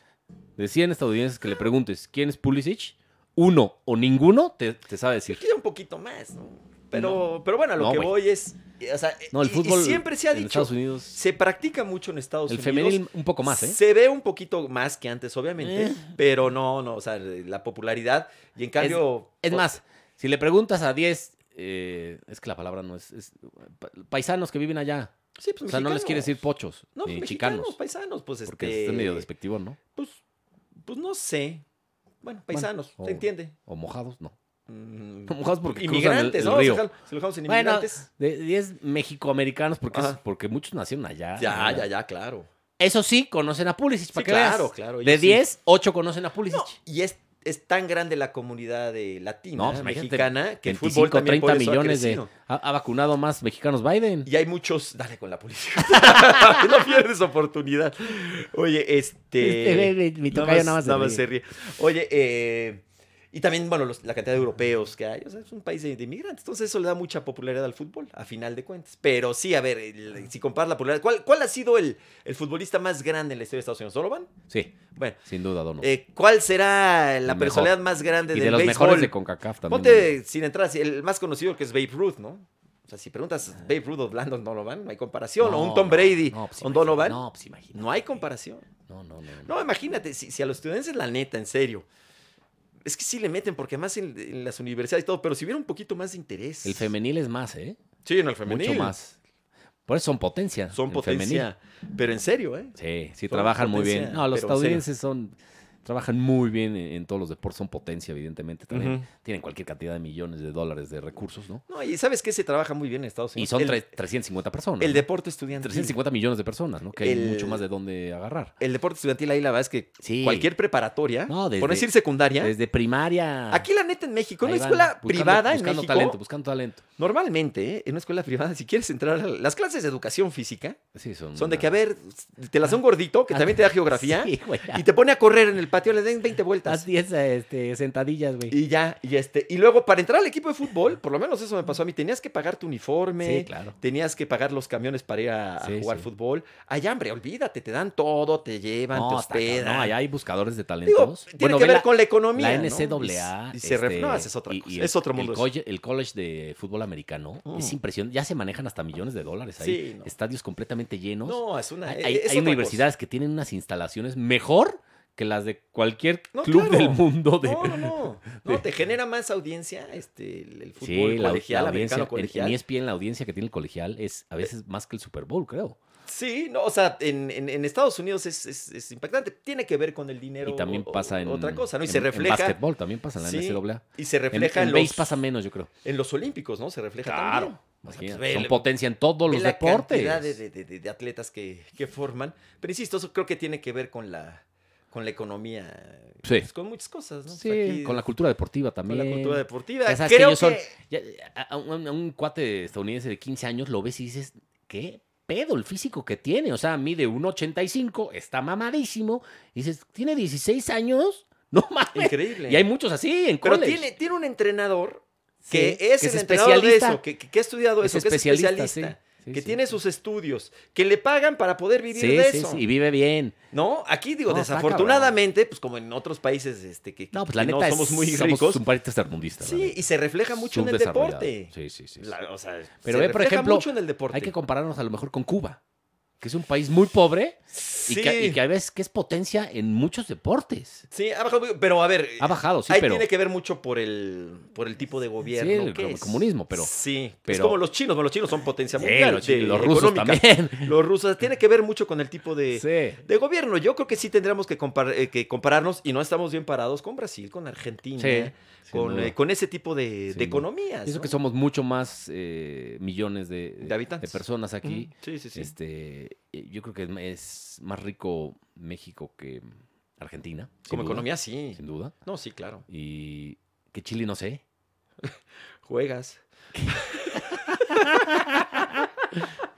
B: de 100 estadounidenses que le preguntes quién es Pulisic, uno o ninguno te, te sabe decir.
A: Queda un poquito más, ¿no? Pero, pero bueno, a lo
B: No,
A: que
B: güey.
A: voy es. O sea,
B: No, el
A: y- y
B: fútbol
A: siempre se ha
B: en
A: dicho.
B: Estados Unidos,
A: Se practica mucho en Estados
B: el
A: Unidos.
B: femenil un poco más, ¿eh?
A: Se ve un poquito más que antes, obviamente.
B: Eh.
A: Pero no, no, o sea, la popularidad. Y en cambio. pues,
B: Es
A: o-
B: más, si le preguntas a 10, eh, es que la palabra no es, es pa- paisanos que viven allá,
A: Sí, pues,
B: o sea, no les quiere decir
A: mexicanos.
B: pochos
A: No,
B: ni
A: pues, mexicanos,
B: chicanos,
A: paisanos, pues este.
B: porque es medio despectivo, ¿no?
A: pues, pues no sé. Bueno, paisanos,
B: o-
A: ¿se entiende?
B: O mojados, no.
A: Mm,
B: Mojados oh. porque
A: inmigrantes,
B: cruzan
A: ¿no?
B: el- el,
A: Se
B: río.
A: lo dejamos- se lo dejamos en
B: Bueno,
A: inmigrantes.
B: de 10 mexicoamericanos porque, es-
A: Ajá.
B: porque muchos nacieron allá.
A: ya, ya, ya, claro.
B: Eso sí, conocen a Pulisic, para
A: Sí,
B: que
A: claro,
B: veas.
A: claro.
B: De
A: ellos sí.
B: 10, 8 conocen a Pulisic.
A: No, y es, es tan grande la comunidad de latina,
B: No, pues, imagínate,
A: mexicana, que el fútbol
B: 25,
A: también
B: 30
A: por eso
B: millones
A: ha
B: de...
A: crecido.
B: Ha, ha vacunado más mexicanos Biden.
A: Y hay muchos... Dale con la política. no pierdes oportunidad. Oye, este... nada más- nada más se ríe. Oye, eh, Y también, bueno, los- la cantidad de europeos que hay. O sea, es un país de, de inmigrantes. Entonces, eso le da mucha popularidad al fútbol, a final de cuentas. Pero sí, a ver, el- si comparas la popularidad. ¿Cuál, cuál ha sido el, el futbolista más grande en la historia de Estados Unidos? ¿Donovan?
B: Sí,
A: Bueno,
B: sin duda, Dono.
A: eh, ¿cuál será la
B: mejor.
A: personalidad más grande
B: y
A: del
B: de los
A: béisbol?
B: mejores de CONCACAF también.
A: Ponte sin entrar, así, el más conocido que es Babe Ruth, ¿no? O sea, si preguntas Babe Ruth o Landon Donovan, no hay comparación. o un Tom Brady
B: Ah. no, pues,
A: o un
B: imagínate,
A: Donovan, no,
B: No, pues imagínate.
A: hay comparación.
B: No, no, no. no.
A: No, imagínate, si, si a los estudiantes, la neta, en serio. Es que sí le meten, porque además en, en las universidades y todo, pero si hubiera un poquito más de interés.
B: El femenil es más, ¿eh?
A: Sí, en el femenil.
B: Mucho más. Por eso son potencia.
A: Son
B: el femenil.
A: potencia. Pero en serio, ¿eh?
B: Sí, sí,
A: Son
B: trabajan muy bien.
A: potencia,
B: No, los
A: pero en serio.
B: estadounidenses son. Trabajan muy bien en, en todos los deportes, son potencia, evidentemente. También
A: Ujú.
B: tienen cualquier cantidad de millones de dólares de recursos, ¿no?
A: No, y sabes que se trabaja muy bien en Estados
B: Y
A: Unidos.
B: son
A: el,
B: tre- 350 personas.
A: el
B: ¿no?
A: deporte estudiantil.
B: 350 millones de personas, ¿no? Que hay
A: El-
B: mucho más de dónde agarrar.
A: El deporte estudiantil ahí la verdad es que
B: Sí.
A: cualquier preparatoria,
B: No, desde-
A: por no decir secundaria,
B: Desde primaria.
A: Aquí la neta en México, en
B: ahí
A: una
B: van,
A: escuela
B: buscando-
A: privada en
B: buscando
A: México,
B: talento, buscando talento.
A: normalmente ¿eh? en una escuela privada, si quieres entrar a las clases de educación física,
B: Sí, son.
A: son de
B: una-
A: que, a ver, te las da un gordito que
B: Mm, Ah,
A: también te da geografía
B: Sí, güey.
A: y te pone a correr en el patio, le den 20
B: Haz
A: vueltas.
B: 10 este, sentadillas, güey.
A: Y ya, y este, y luego para entrar al equipo de fútbol, por lo menos eso me pasó a mí, tenías que pagar tu uniforme,
B: Sí, claro.
A: tenías que pagar los camiones para ir a, a
B: Sí,
A: jugar
B: sí.
A: fútbol. Allá, hombre, olvídate, te dan todo, te llevan, te
B: No, está cabrón.
A: hospedan.
B: No, allá hay buscadores de talentos.
A: Digo, tiene
B: Bueno,
A: que
B: ve
A: ver
B: la-
A: con la economía.
B: La
A: ¿no?
B: NCAA.
A: Y, y se ref-
B: este,
A: no, esa es otra
B: y-
A: cosa,
B: y el-
A: es otro mundo.
B: El
A: eso.
B: college, el college de fútbol americano
A: Mm.
B: es impresionante. Ya se manejan hasta millones de dólares pues, ahí.
A: Sí, no.
B: Estadios completamente llenos.
A: No, es una.
B: hay
A: es
B: hay- hay
A: otra cosa.
B: universidades que tienen unas instalaciones mejor que las de cualquier
A: No,
B: club
A: claro.
B: del mundo. De,
A: No, no, no. No,
B: de-
A: te genera más audiencia este, el, el fútbol
B: Sí, la,
A: colegial,
B: la
A: americano
B: audiencia, en- E en,
A: colegial.
B: ESPN la audiencia que tiene el colegial es a veces más que el Super Bowl, creo.
A: Sí, no, o sea, en, en- en Estados Unidos es, es- es impactante. Tiene que ver con el dinero.
B: Y también
A: o-
B: pasa en
A: otra cosa, ¿no? Y
B: en-
A: se
B: En
A: refleja.
B: básquetbol también pasa en la
A: Sí,
B: NCAA.
A: y se
B: En,
A: refleja en,
B: en
A: los,
B: base pasa menos, yo creo.
A: en los olímpicos, ¿no? Se refleja también.
B: Claro.
A: O sea,
B: imagínate,
A: pues, ve
B: son
A: la-
B: potencia en todos
A: ve
B: los
A: la
B: deportes.
A: cantidad de, de- de- de atletas que, que forman. Pero insisto, eso creo que tiene que ver con la, con la economía.
B: Sí.
A: pues, con muchas cosas, ¿no? O
B: Sí,
A: sea, aquí-
B: con la cultura deportiva
A: con
B: también.
A: la cultura deportiva.
B: Ya sabes que
A: creo que,
B: ellos son- ya, a, a un, a un cuate estadounidense de 15 años lo ves y dices, ¿qué pedo el físico que tiene? O sea, mide 1,85, está mamadísimo. Y dices, ¿tiene 16 años? No mames.
A: increíble.
B: Y hay muchos así en
A: Pero
B: college.
A: tiene, tiene un entrenador
B: Sí,
A: que es el entrenador de eso, que, que- que ha estudiado
B: Es
A: eso, que es
B: especialista,
A: especialista,
B: sí, sí,
A: que
B: sí.
A: tiene sus estudios, que le pagan para poder vivir
B: Sí,
A: de
B: sí,
A: eso.
B: sí, y vive bien.
A: ¿No? Aquí digo,
B: No, está
A: desafortunadamente, pues como en otros países este, que,
B: No, pues
A: que
B: la neta es-
A: somos muy
B: somos
A: ricos.
B: un país tercermundista. la
A: Sí,
B: neta.
A: y se refleja mucho en el
B: Subdesarrollado.
A: deporte.
B: Sí, sí, sí. sí.
A: La- o sea,
B: Pero
A: se
B: ve, por
A: refleja
B: ejemplo,
A: mucho en el deporte.
B: Hay que compararnos a lo mejor con Cuba, que es un país muy pobre y,
A: sí,
B: que, y que a veces que es potencia en muchos deportes.
A: sí, ha bajado, pero a ver,
B: Ha bajado, Ah, sí,
A: Eh, ahí
B: pero...
A: tiene que ver mucho por el, por el tipo de gobierno.
B: el
A: que
B: com-
A: es.
B: comunismo, pero-
A: Sí, es
B: pero-
A: como los chinos, bueno, los chinos son potencia
B: Sí,
A: mundial.
B: los, chinos,
A: de-
B: los rusos
A: económica.
B: también.
A: Los rusos, tiene que ver mucho con el tipo de,
B: Sí.
A: de gobierno. Yo creo que sí tendríamos que, compar- eh, que compararnos y no estamos bien parados con Brasil, con Argentina,
B: Sí,
A: con,
B: sin duda.
A: eh, con ese tipo de,
B: Sin
A: de
B: duda.
A: economías.
B: Eso
A: ¿no?
B: que somos mucho más eh, millones de,
A: De habitantes.
B: personas aquí.
A: Ujú, Sí, sí, sí.
B: Este, eh, yo creo que es ma- es más rico México que Argentina. sin
A: Como
B: duda,
A: economía, sí.
B: Sin duda.
A: No, sí, claro.
B: Y que Chile no sé.
A: Juegas.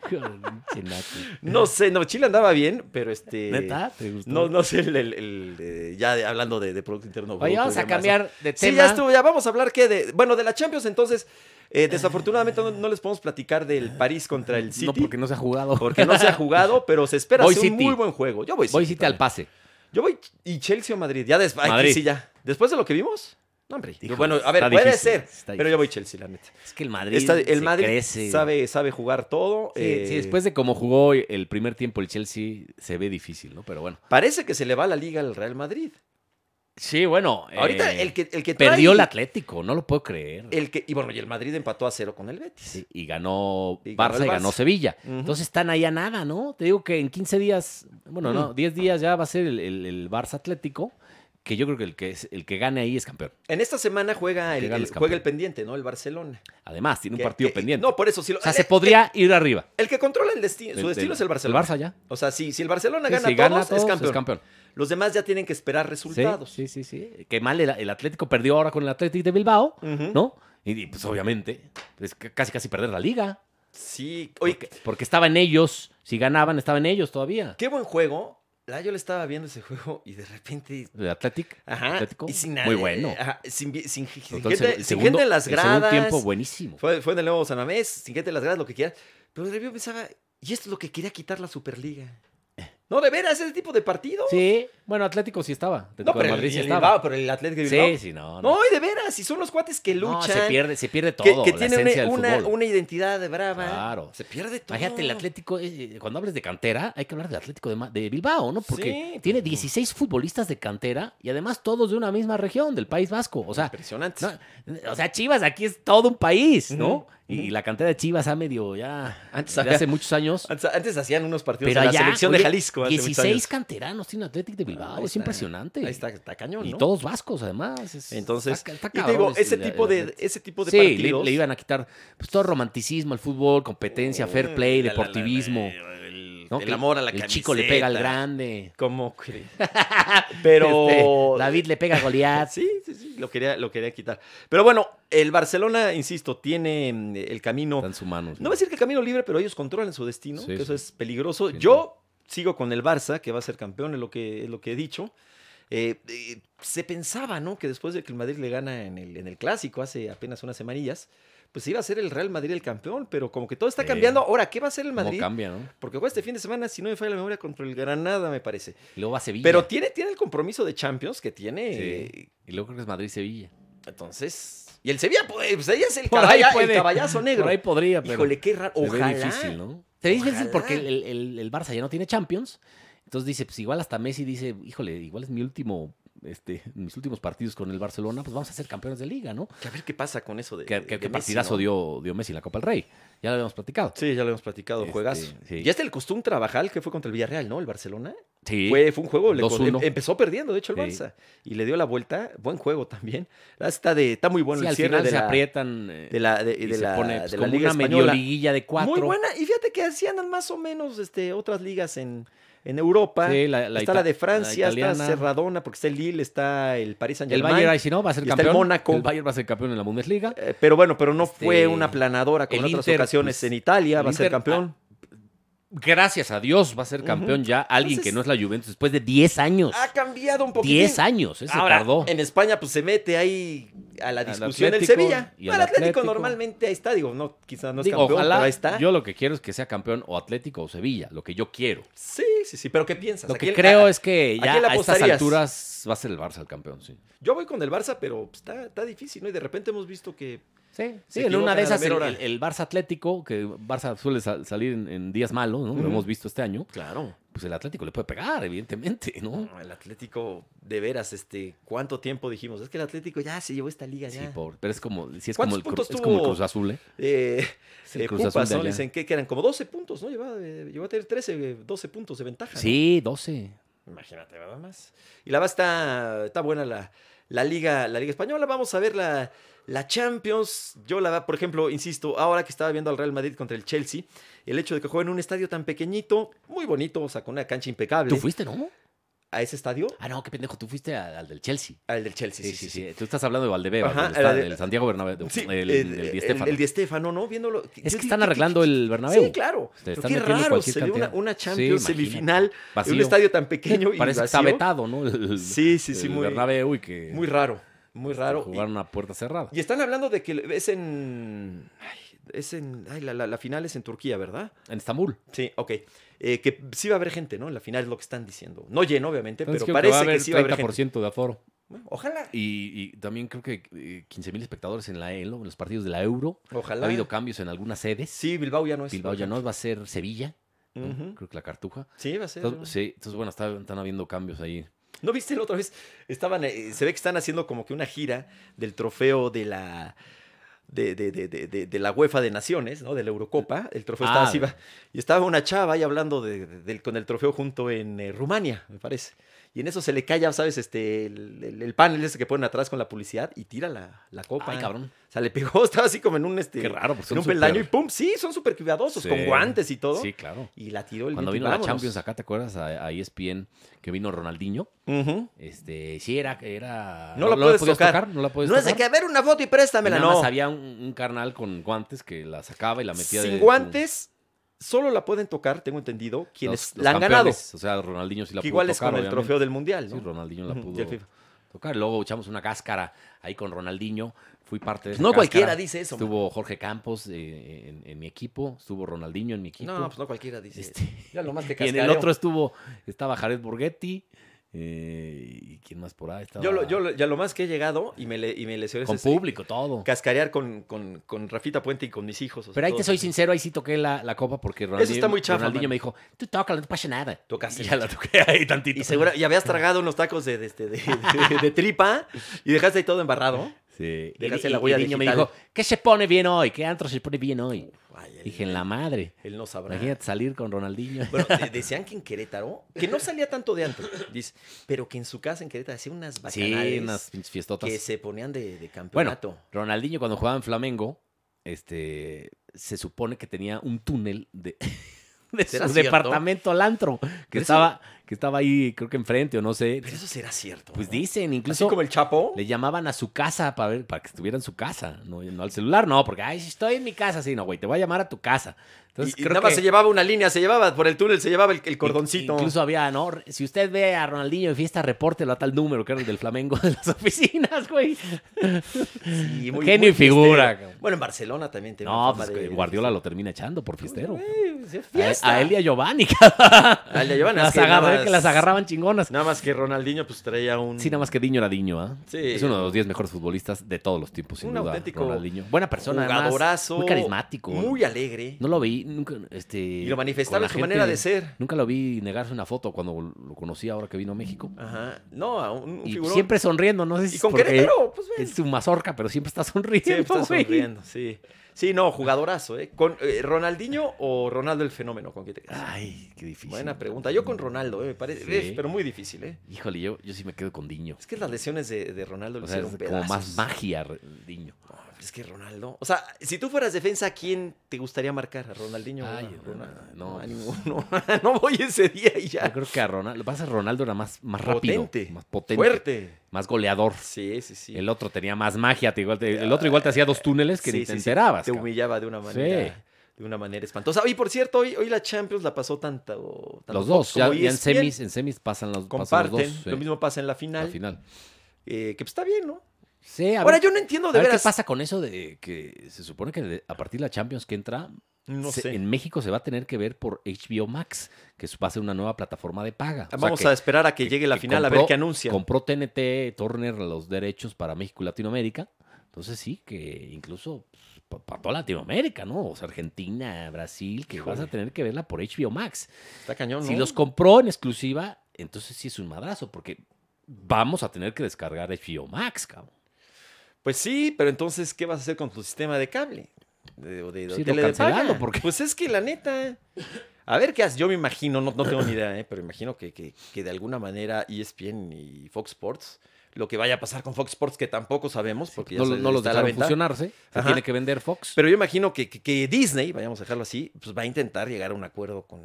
B: Pinche naco.
A: No sé, no, Chile andaba bien, pero este.
B: ¿Neta? ¿Te gustó?
A: No, no sé, el, el- el, eh, ya de- hablando de, de Producto Interno.
B: Oye,
A: Bruto y
B: vamos a
A: demás, ¿no?
B: cambiar de
A: Sí,
B: tema.
A: ya estuvo, ya vamos a hablar que de. Bueno, de la Champions, entonces, eh, desafortunadamente no, no les podemos platicar del París contra el City.
B: No, porque no se ha jugado.
A: porque no se ha jugado, pero se espera
B: Voy
A: hacer un
B: City.
A: muy buen juego. Yo voy City.
B: Voy City al
A: también.
B: pase.
A: Yo voy y Chelsea o Madrid. Ya después.
B: Madrid.
A: Sí, ya. Después de lo que vimos. No, hombre.
B: Híjole,
A: bueno, a
B: está
A: ver, puede
B: difícil,
A: ser.
B: está
A: Pero yo voy Chelsea, la neta.
B: Es que el Madrid
A: Está- el
B: se
A: Madrid
B: crece.
A: sabe, sabe jugar todo.
B: Sí,
A: eh,
B: sí, después de cómo jugó el primer tiempo el Chelsea, se ve difícil, ¿no? Pero bueno.
A: Parece que se le va la liga al Real Madrid.
B: Sí, bueno.
A: Ahorita
B: eh,
A: el que, el que trae-
B: perdió el Atlético, no lo puedo creer.
A: el que Y bueno, y el Madrid empató a cero con el Betis.
B: Sí, y ganó
A: Y ganó
B: Barça
A: el
B: y ganó
A: Barça.
B: Sevilla.
A: Ujú.
B: Entonces están ahí a nada, ¿no? Te digo que en 15 días, bueno, no, 10 días ya va a ser el, el- el Barça Atlético, que yo creo que el que, es, el que gane ahí es campeón.
A: En esta semana juega
B: Que
A: el,
B: gane
A: el-
B: los
A: juega el
B: campeones.
A: pendiente, ¿no? El Barcelona.
B: Además, tiene un
A: Que-
B: partido
A: que-
B: pendiente.
A: No, por eso. Si lo-
B: o sea,
A: el-
B: se podría ir arriba.
A: El, el que controla el destino,
B: Del-
A: su destino
B: del-
A: es el
B: El
A: Barcelona.
B: Barça ya.
A: O sea, si, si el Barcelona
B: Sí,
A: gana,
B: si
A: a todos,
B: gana a todos,
A: es campeón.
B: es campeón.
A: Los demás ya tienen que esperar
B: Sí,
A: resultados.
B: Sí, sí, sí, Que mal el, el Atlético perdió ahora con el Atlético de Bilbao,
A: Ujú.
B: ¿no? Y, y, pues obviamente, es c- casi casi perder la liga.
A: Sí, oye,
B: porque, porque estaba en ellos. Si ganaban, estaban ellos todavía.
A: qué buen juego. La, yo le estaba viendo ese juego y de repente.
B: El Atlético.
A: Ajá.
B: Atlético,
A: y sin
B: muy
A: nadie,
B: bueno.
A: ajá, sin, vi- sin- sin
B: Entonces,
A: gente,
B: el
A: sin
B: segundo-
A: gente en las
B: el segundo
A: gradas.
B: tiempo buenísimo.
A: fue, fue en el nuevo San Mamés, sin gente en las gradas, lo que quieras. Pero de repente pensaba, y esto es lo que quería quitar la Superliga. No, de veras, ese tipo de partido.
B: Sí, bueno, Atlético sí estaba.
A: no,
B: Atlético de
A: pero
B: Madrid
A: el,
B: sí
A: el
B: estaba.
A: Bilbao, pero el Atlético de Bilbao.
B: Sí, sí, no.
A: No, y de veras, si son los cuates que luchan.
B: No, se pierde, se pierde
A: que-
B: todo.
A: Que,
B: la
A: tienen
B: esencia
A: una,
B: del
A: una,
B: fútbol.
A: una identidad brava.
B: Claro.
A: Se pierde todo.
B: Imagínate, el Atlético, eh, cuando hables de cantera, hay que hablar del Atlético de, Ma- de Bilbao, ¿no? Porque
A: Sí,
B: tiene
A: pues, no.
B: 16 futbolistas de cantera y además todos de una misma región, del País Vasco. O sea,
A: Impresionante.
B: no, o sea Chivas aquí es todo un país, ¿no?
A: Ujú,
B: Y
A: ujú.
B: la cantera de Chivas ha medio ya,
A: Antes
B: de
A: había-
B: hace muchos años.
A: Antes, antes hacían unos partidos
B: Pero
A: en
B: allá,
A: la selección
B: oye,
A: de Jalisco. hace muchos
B: 16
A: años. Ah,
B: canteranos tiene Atlético de Bilbao,
A: Ahí
B: es
A: está,
B: impresionante.
A: Ahí está, está cañón,
B: Y
A: ¿no?
B: todos vascos, además. es-
A: Entonces,
B: está- está
A: y te
B: cabrón
A: digo,
B: ese-
A: ese
B: el-
A: tipo
B: el
A: de,
B: Atlético.
A: ese tipo de
B: Sí, le- le,
A: partidos.
B: iban a quitar pues, todo romanticismo al fútbol, competencia, fair
A: La,
B: play,
A: la, la,
B: deportivismo.
A: el,
B: ¿no?
A: el
B: Que
A: amor a la
B: El chico le pega al
A: camiseta.
B: grande.
A: ¿Cómo crees? Pero.
B: Este, David le pega a Goliat.
A: Sí, sí, sí, lo quería, lo quería quitar. Pero bueno, el Barcelona, insisto, tiene mm, el camino.
B: Está en su mano.
A: No voy a decir que el camino libre, pero ellos controlan su destino,
B: Sí,
A: que eso
B: sí.
A: es peligroso.
B: Sin duda.
A: Yo sigo con el Barça, que va a ser campeón, es lo que, es lo que he dicho. Eh, eh, se pensaba, ¿no? Que después de que el Madrid le gana en el, en el clásico hace apenas unas semanillas, pues iba a ser el Real Madrid el campeón, pero como que todo está
B: Sí.
A: cambiando. Ahora, ¿qué va a ser el
B: ¿Cómo
A: Madrid?
B: cambia, no?
A: Porque juega este fin de semana, si no me falla la memoria, contra el Granada, me parece.
B: Y luego va a Sevilla.
A: Pero tiene, tiene el compromiso de Champions que tiene. eh,
B: Sí. Y luego creo que es Madrid-Sevilla.
A: Entonces. Y el Sevilla, pues, pues ahí es el,
B: Por ahí
A: caballa- el
B: puede.
A: caballazo negro.
B: Por ahí podría, pero
A: Híjole, qué raro.
B: se ve
A: Ojalá.
B: difícil, ¿no? Se ve difícil
A: Ojalá.
B: porque el, el- el- el Barça ya no tiene Champions. Entonces dice, pues igual hasta Messi dice, híjole, igual es mi último, este, mis últimos partidos con el Barcelona, pues vamos a ser campeones de liga, ¿no?
A: Que a ver qué pasa con eso de.
B: Que,
A: de-
B: que-
A: de
B: que
A: Messi,
B: partidazo
A: ¿no?
B: dio, dio Messi en la Copa del Rey. Ya lo habíamos platicado.
A: Sí, ya lo hemos platicado,
B: Este,
A: juegazo.
B: sí.
A: Ya está el costum trabajal que fue contra el Villarreal, ¿no? El Barcelona.
B: Sí.
A: Fue, fue un juego, le
B: 2-1.
A: em- empezó perdiendo, de hecho, el
B: Sí.
A: Barça. Y le dio la vuelta, buen juego también. Ah, Está, de, está muy bueno
B: Sí,
A: el
B: al
A: cierre
B: final
A: de
B: se
A: la,
B: aprietan eh,
A: de la, de,
B: y
A: de
B: se
A: la,
B: pone
A: de
B: pues,
A: la
B: como
A: Liga
B: una medio
A: Española.
B: liguilla de cuatro.
A: Muy buena. Y fíjate que así andan más o menos este, otras ligas en, en Europa.
B: Sí, la-
A: está
B: ita-
A: la de Francia, está
B: italiana.
A: Cerradona, porque está el Lille, está el Paris
B: El
A: Saint-Germain.
B: Bayern, ahí si no, va a ser
A: Y está el
B: campeón.
A: Mónaco.
B: El Bayern va a ser campeón en la Bundesliga.
A: Eh, pero bueno, pero no
B: Este,
A: fue una planadora como en
B: el
A: otras
B: Inter,
A: ocasiones
B: pues,
A: en Italia,
B: el
A: va a ser
B: Inter, ah,
A: campeón.
B: Gracias a Dios va a ser campeón ya alguien
A: Entonces-
B: que no es la Juventus después de 10 años.
A: Ha cambiado un poquito.
B: 10 ah, años, ese
A: Ahora,
B: tardó.
A: en España pues se mete ahí a la
B: Al
A: discusión el
B: Atlético
A: Sevilla.
B: y
A: No,
B: al
A: el Atlético,
B: Atlético.
A: normalmente ahí está, digo, no, quizás no es
B: Digo,
A: campeón,
B: ojalá
A: pero ahí está.
B: yo lo que quiero es que sea campeón o Atlético o Sevilla, lo que yo quiero.
A: Sí, sí, sí, pero ¿qué piensas? ah,
B: Lo
A: Pues, ¿A
B: que
A: quién-
B: creo
A: a-
B: es que
A: ¿a
B: ya
A: quién le
B: a estas
A: apostarías?
B: alturas va a ser el Barça el campeón, sí.
A: Yo voy con el Barça, pero pues, está, está difícil, ¿no? Y de repente hemos visto que
B: Sí,
A: Se
B: en una
A: equivocan a
B: de
A: la
B: esas el,
A: mera hora.
B: el- el Barça Atlético, que Barça suele sal- salir en, en días malos, ¿no? Lo
A: Ujú.
B: hemos visto este año,
A: Claro.
B: pues el Atlético le puede pegar, evidentemente, ¿no?
A: No, oh, el Atlético, de veras, este, ¿cuánto tiempo dijimos? Es que el Atlético ya se llevó esta liga
B: Sí,
A: ya.
B: pobre, pero es como, sí, es como,
A: ¿Cuántos
B: el, cru-
A: puntos
B: es como el
A: tuvo?
B: Cruz Azul, ¿eh?
A: Eh,
B: Es el
A: eh,
B: Cruz
A: Pupas,
B: Azul de
A: ¿no?
B: allá.
A: Dicen que, que eran como 12 puntos, ¿no? Llevaba, eh, llegó a tener 13, eh, 12 puntos de ventaja. ¿no?
B: Sí, 12.
A: Imagínate, nada más. Y la va está, está buena la, la liga, la liga española. Vamos a ver la, la Champions. Yo la va, por ejemplo, insisto, ahora que estaba viendo al Real Madrid contra el Chelsea, el hecho de que juegue en un estadio tan pequeñito, muy bonito, o sea, con una cancha impecable.
B: ¿Tú fuiste, no?
A: a ese estadio?
B: Ah, no, qué pendejo, tú fuiste al, al del Chelsea.
A: Al del Chelsea,
B: Sí sí, sí, Tú estás hablando de Valdebebas,
A: Ajá,
B: del, esta-
A: el de-
B: del Santiago Bernabéu,
A: Sí,
B: el, el,
A: el,
B: Di
A: el-
B: Stéfano.
A: el Di Stéfano, ¿no? Viéndolo.
B: es
A: Yo
B: que
A: dije,
B: están
A: ¿qué-
B: arreglando
A: qué-
B: el Bernabéu.
A: Sí, claro.
B: Se
A: Pero
B: están
A: qué
B: metiendo
A: raro
B: cualquier
A: se ve una,
B: cantidad.
A: una
B: Sí,
A: Champions
B: imagínate.
A: semifinal en un
B: Vacío.
A: estadio tan pequeño y
B: Parece que está
A: vacío.
B: vetado, ¿no? El,
A: Sí, sí, sí,
B: el
A: muy,
B: Bernabéu y que
A: muy raro. Muy raro. Y-
B: jugaron a puerta cerrada.
A: Y están hablando de que es en. ay, es en. ay, la, la- la final es en Turquía, ¿verdad?
B: En Estambul.
A: Sí, ok. Eh, que sí va a haber gente, ¿no? En la final es lo que están diciendo. No lleno, obviamente,
B: Entonces
A: pero
B: creo que va
A: parece que,
B: haber
A: sí va a haber gente.
B: 30% de aforo.
A: Bueno, ojalá.
B: Y, y también creo que eh, 15 mil espectadores en la ELO, en los partidos de la Euro.
A: Ojalá.
B: Ha habido cambios en algunas sedes.
A: E. Pues Sí, Bilbao ya no es.
B: Bilbao ya no, va a ser Sevilla, ¿no?
A: Ujú.
B: creo que la Cartuja.
A: Sí, va a ser.
B: Entonces, sí, entonces bueno, está- están habiendo cambios ahí.
A: ¿No viste la otra vez? Estaban, eh, se ve que están haciendo como que una gira del trofeo de la. De, de- de- de- de- de la UEFA de Naciones, ¿no? De la Eurocopa. El trofeo estaba
B: Ah.
A: así. va- Y estaba una chava ahí hablando de- de- del- con el trofeo junto en eh, Rumania, me parece. Y en eso se le cae, ya ¿sabes? Este, el, el- el panel ese que ponen atrás con la publicidad y tira la, la copa.
B: Ay, cabrón.
A: O sea, le pegó, estaba así como en un, este,
B: Qué raro, pues
A: en
B: son
A: un peldaño y
B: súper-
A: pum, sí, son súper cuidadosos,
B: Sí.
A: con guantes y todo.
B: Sí, claro.
A: Y la tiró el
B: Cuando
A: viento y
B: vino la
A: vámonos.
B: Champions acá, ¿te acuerdas a, E a ESPN que vino Ronaldinho?
A: Ujú.
B: Este, sí, era. era
A: No la puedes
B: podías
A: tocar.
B: No la puedes
A: No es de
B: tocar.
A: que a ver una foto y préstamela,
B: Pues Nada
A: no.
B: más había un, un carnal con guantes que la sacaba y la metía de
A: Sin
B: su-
A: guantes, solo la pueden tocar, tengo entendido, quienes
B: los- los
A: la han ganado.
B: campeones. O sea, Ronaldinho sí la
A: que
B: pudo
A: igual es
B: tocar,
A: con el
B: obviamente.
A: trofeo del mundial, ¿no?
B: Sí, Ronaldinho
A: Ujú,
B: la
A: y
B: pudo
A: el FIFA.
B: tocar. Luego echamos una cáscara ahí con Ronaldinho. Fui parte de esa
A: Pues No cualquiera
B: cáscara.
A: dice eso. man.
B: Estuvo Jorge Campos eh, en, en mi equipo. Estuvo Ronaldinho en mi equipo.
A: No, pues no cualquiera dice
B: Este,
A: eso. Ya lo más te
B: y en el
A: cascareo.
B: otro estuvo, estaba Jared Borghetti. eh, ¿Y quién más por ahí? Estaba
A: Yo, lo, yo lo- ya lo más que he llegado y me, le- y me lesioné
B: con
A: es ese-
B: público, todo.
A: Cascarear con, con, con Rafita Puente y con mis hijos. o sea,
B: Pero ahí te
A: todos
B: soy
A: así.
B: sincero, ahí sí toqué la, la copa porque Ronaldinho,
A: está muy chafa,
B: Ronaldinho
A: mano.
B: me dijo, tú tócala, no pasa nada.
A: Tocaste
B: Y ya la toqué ahí tantito.
A: Y, segura- y habías tragado unos tacos de, de, este- de- de- de tripa y dejaste ahí todo embarrado.
B: Sí. Y,
A: Dejaste
B: y-
A: la
B: y
A: huella
B: el niño me
A: digital. Uh,
B: dijo, ¿qué se pone bien hoy? ¿Qué antro se pone bien hoy?
A: Ay, él,
B: Dije, en la madre.
A: él no sabrá.
B: Imagínate salir con Ronaldinho.
A: Bueno, de- decían que en Querétaro, que no salía tanto de antro, dice, pero que en su casa en Querétaro hacía unas bacanales
B: sí, unas pinches fiestotas.
A: que se ponían de, de campeonato.
B: Ronaldinho cuando jugaba en Flamengo, este, se supone que tenía un túnel de, de su
A: ¿Será cierto?
B: departamento al antro, que
A: Pero eso-
B: estaba, que estaba ahí, creo que enfrente o no sé.
A: pero eso será cierto.
B: Pues
A: ¿no?
B: dicen,
A: Así
B: incluso
A: como el Chapo.
B: le llamaban a su casa para ver, para que estuviera en su casa, no, no al celular, no, porque ay, si estoy en mi casa, sí, no, güey, te voy a llamar a tu casa. Entonces
A: y, y
B: creo
A: nada más
B: que
A: se llevaba una línea, se llevaba por el túnel, se llevaba el, el cordoncito.
B: Incluso había, ¿no? Si usted ve a Ronaldinho en fiesta, repórtelo a tal número que era el del Flamengo de las oficinas, güey.
A: Sí,
B: genio y
A: fiestero.
B: figura, cabrón.
A: Bueno, en Barcelona también tenía
B: No,
A: una fama
B: pues
A: de- de-
B: Guardiola lo termina echando por fiestero.
A: Eh, sí,
B: A-
A: fiesta.
B: A, él y a Giovanni, cabrón.
A: A él ya llevan, es
B: Las
A: que nada
B: agarré,
A: más-
B: que las agarraban chingonas.
A: Nada más que Ronaldinho pues traía un...
B: Sí, nada más que Diño era Diño, ¿ah?
A: Sí.
B: Es uno de los 10 mejores futbolistas de todos los tiempos, sin
A: Un
B: duda.
A: auténtico
B: Ronaldinho. Buena persona, además.
A: jugadorazo.
B: Muy carismático.
A: Muy alegre.
B: No lo vi, nunca, este,
A: Y lo manifestaba
B: con la
A: en su manera
B: gente,
A: de ser.
B: Nunca lo vi negarse una foto cuando lo conocí ahora que vino a México.
A: Ajá. No, a un, un
B: y
A: figurón.
B: siempre sonriendo, no sé si
A: Y
B: es
A: con
B: porque
A: Querétaro, pues ven.
B: es su mazorca, pero siempre está sonriendo.
A: Siempre está
B: güey.
A: sonriendo, sí. Sí, no, jugadorazo, ¿eh? ¿Con eh, Ronaldinho o Ronaldo el fenómeno? ¿Con quién te quedas?
B: Ay, qué Ah, difícil.
A: Buena pregunta. Yo con Ronaldo, ¿eh? Me parece,
B: Sí.
A: es- pero muy difícil, ¿eh?
B: Híjole, yo, yo sí me quedo con Diño.
A: Es que las lesiones de, de Ronaldo le
B: O sea,
A: hicieron
B: es como más
A: pedazos.
B: magia, re- Diño.
A: No, pero es que Ronaldo. O sea, si tú fueras defensa, ¿a quién te gustaría marcar? ¿A Ronaldinho? o a
B: Ay,
A: Ronaldo?
B: no, no,
A: a
B: pues.
A: ninguno. no voy ese día y ya.
B: Yo creo que a Ronaldo, lo que pasa es que Ronaldo era más, más rápido,
A: Potente,
B: más potente,
A: Fuerte.
B: más goleador.
A: Sí, sí, sí.
B: El otro tenía más magia, te igual te- el otro igual te hacía dos túneles que
A: Sí,
B: ni
A: sí,
B: te
A: sí.
B: enterabas.
A: Te
B: cabrón.
A: humillaba de una manera.
B: Sí.
A: De una manera espantosa. Y por cierto, hoy, hoy la Champions la pasó tanto. tanto
B: Los dos,
A: Fox
B: ya,
A: como E
B: ya en
A: ESPN.
B: semis, en semis pasan los, pasan
A: comparten.
B: los dos. sí,
A: Lo mismo pasa en la
B: la
A: final.
B: final.
A: eh, que pues está bien, ¿no?
B: Sí, a
A: Ahora
B: ver-
A: yo no entiendo
B: a
A: de
B: ver
A: veras.
B: ¿Qué pasa con eso de que se supone que de- a partir de la Champions que entra,
A: No
B: se-
A: sé.
B: en México se va a tener que ver por HBO Max, que es- va a ser una nueva plataforma de paga. O sea,
A: Vamos
B: que-
A: a esperar a que, llegue la
B: que
A: final a
B: compró-
A: ver qué anuncia.
B: Compró TNT, Turner, los derechos para México y Latinoamérica. Entonces sí, que incluso pues, pa- para toda Latinoamérica, ¿no? O sea, Argentina, Brasil, que vas a
A: Híjole.
B: tener que verla por HBO Max.
A: Está cañón, ¿no?
B: Si los compró en exclusiva, entonces sí es un madrazo, porque vamos a tener que descargar HBO Max, cabrón.
A: Pues sí, pero entonces, ¿qué vas a hacer con tu sistema de cable? De, o de, de
B: Sí, lo
A: tele de paga.
B: cancelando, porque-
A: Pues es que la neta. A ver qué haces. Yo me imagino, no, no tengo ni idea, ¿eh? pero imagino que, que- que de alguna manera E ESPN y Fox Sports, lo que vaya a pasar con Fox Sports, que tampoco sabemos, porque ya
B: no,
A: se-
B: lo- no los
A: está a la
B: dejaron
A: venta.
B: funcionarse, se
A: Ajá.
B: tiene que vender Fox.
A: Pero yo imagino que, que- que Disney, vayamos a dejarlo así, pues va a intentar llegar a un acuerdo con,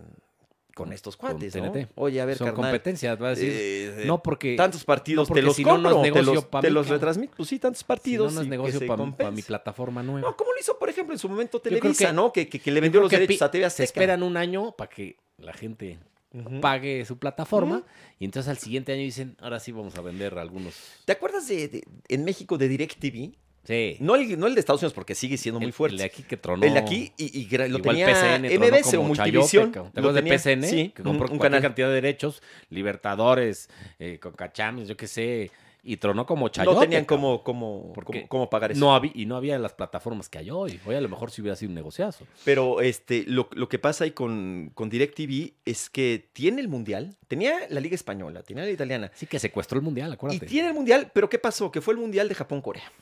A: con estos
B: Con
A: cuates, ¿no?
B: TNT.
A: Oye, a ver,
B: Son
A: carnal,
B: competencias, va a decir,
A: eh, eh,
B: no porque
A: tantos partidos
B: no,
A: te
B: porque
A: los
B: si no, no
A: compro,
B: es
A: te
B: negocio
A: los,
B: pa'
A: te
B: mí,
A: los
B: cabrón.
A: retransmito. Pues sí, tantos
B: si no,
A: partidos
B: no es
A: y que se
B: negocio para mi
A: compense.
B: plataforma nueva.
A: No, ¿cómo lo hizo, por ejemplo, en su momento
B: creo
A: Televisa,
B: que-
A: no? Que, que- que le
B: Yo
A: vendió
B: creo
A: los
B: que
A: derechos
B: pi-
A: a TV
B: Se
A: Azteca.
B: esperan un año para que la gente
A: Ujú.
B: pague su plataforma
A: Ujú.
B: y entonces al siguiente año dicen, ahora sí vamos a vender algunos.
A: ¿Te acuerdas de, de- en México de DirecTV?
B: Sí.
A: No el, no el de Estados Unidos, porque sigue siendo muy
B: El-
A: fuerte.
B: El de aquí que tronó.
A: El de aquí y, y gra- lo
B: Igual
A: tenía
B: PCN, tronó
A: MBS o
B: como
A: Multivisión.
B: chayote, cabrón. ¿Te
A: Lo
B: acuerdas de
A: tenía-
B: PCN?
A: Sí,
B: que compró
A: un, un
B: cualquier
A: canal.
B: cantidad de derechos, Libertadores, eh, con cachames, yo qué sé, y tronó como chayote.
A: no tenían
B: cabrón.
A: cómo, cómo,
B: ¿Por
A: cómo-
B: qué?
A: cómo pagar eso.
B: No había, y no había las plataformas que hay hoy. Hoy a lo mejor sí hubiera sido un negociazo.
A: Pero este, lo, lo que pasa ahí con, con DirecTV es que tiene el Mundial, tenía la Liga Española, tenía la italiana.
B: Sí que secuestró el mundial, acuérdate.
A: Y tiene el Mundial, pero ¿qué pasó? Que fue el Mundial de Japón-Corea.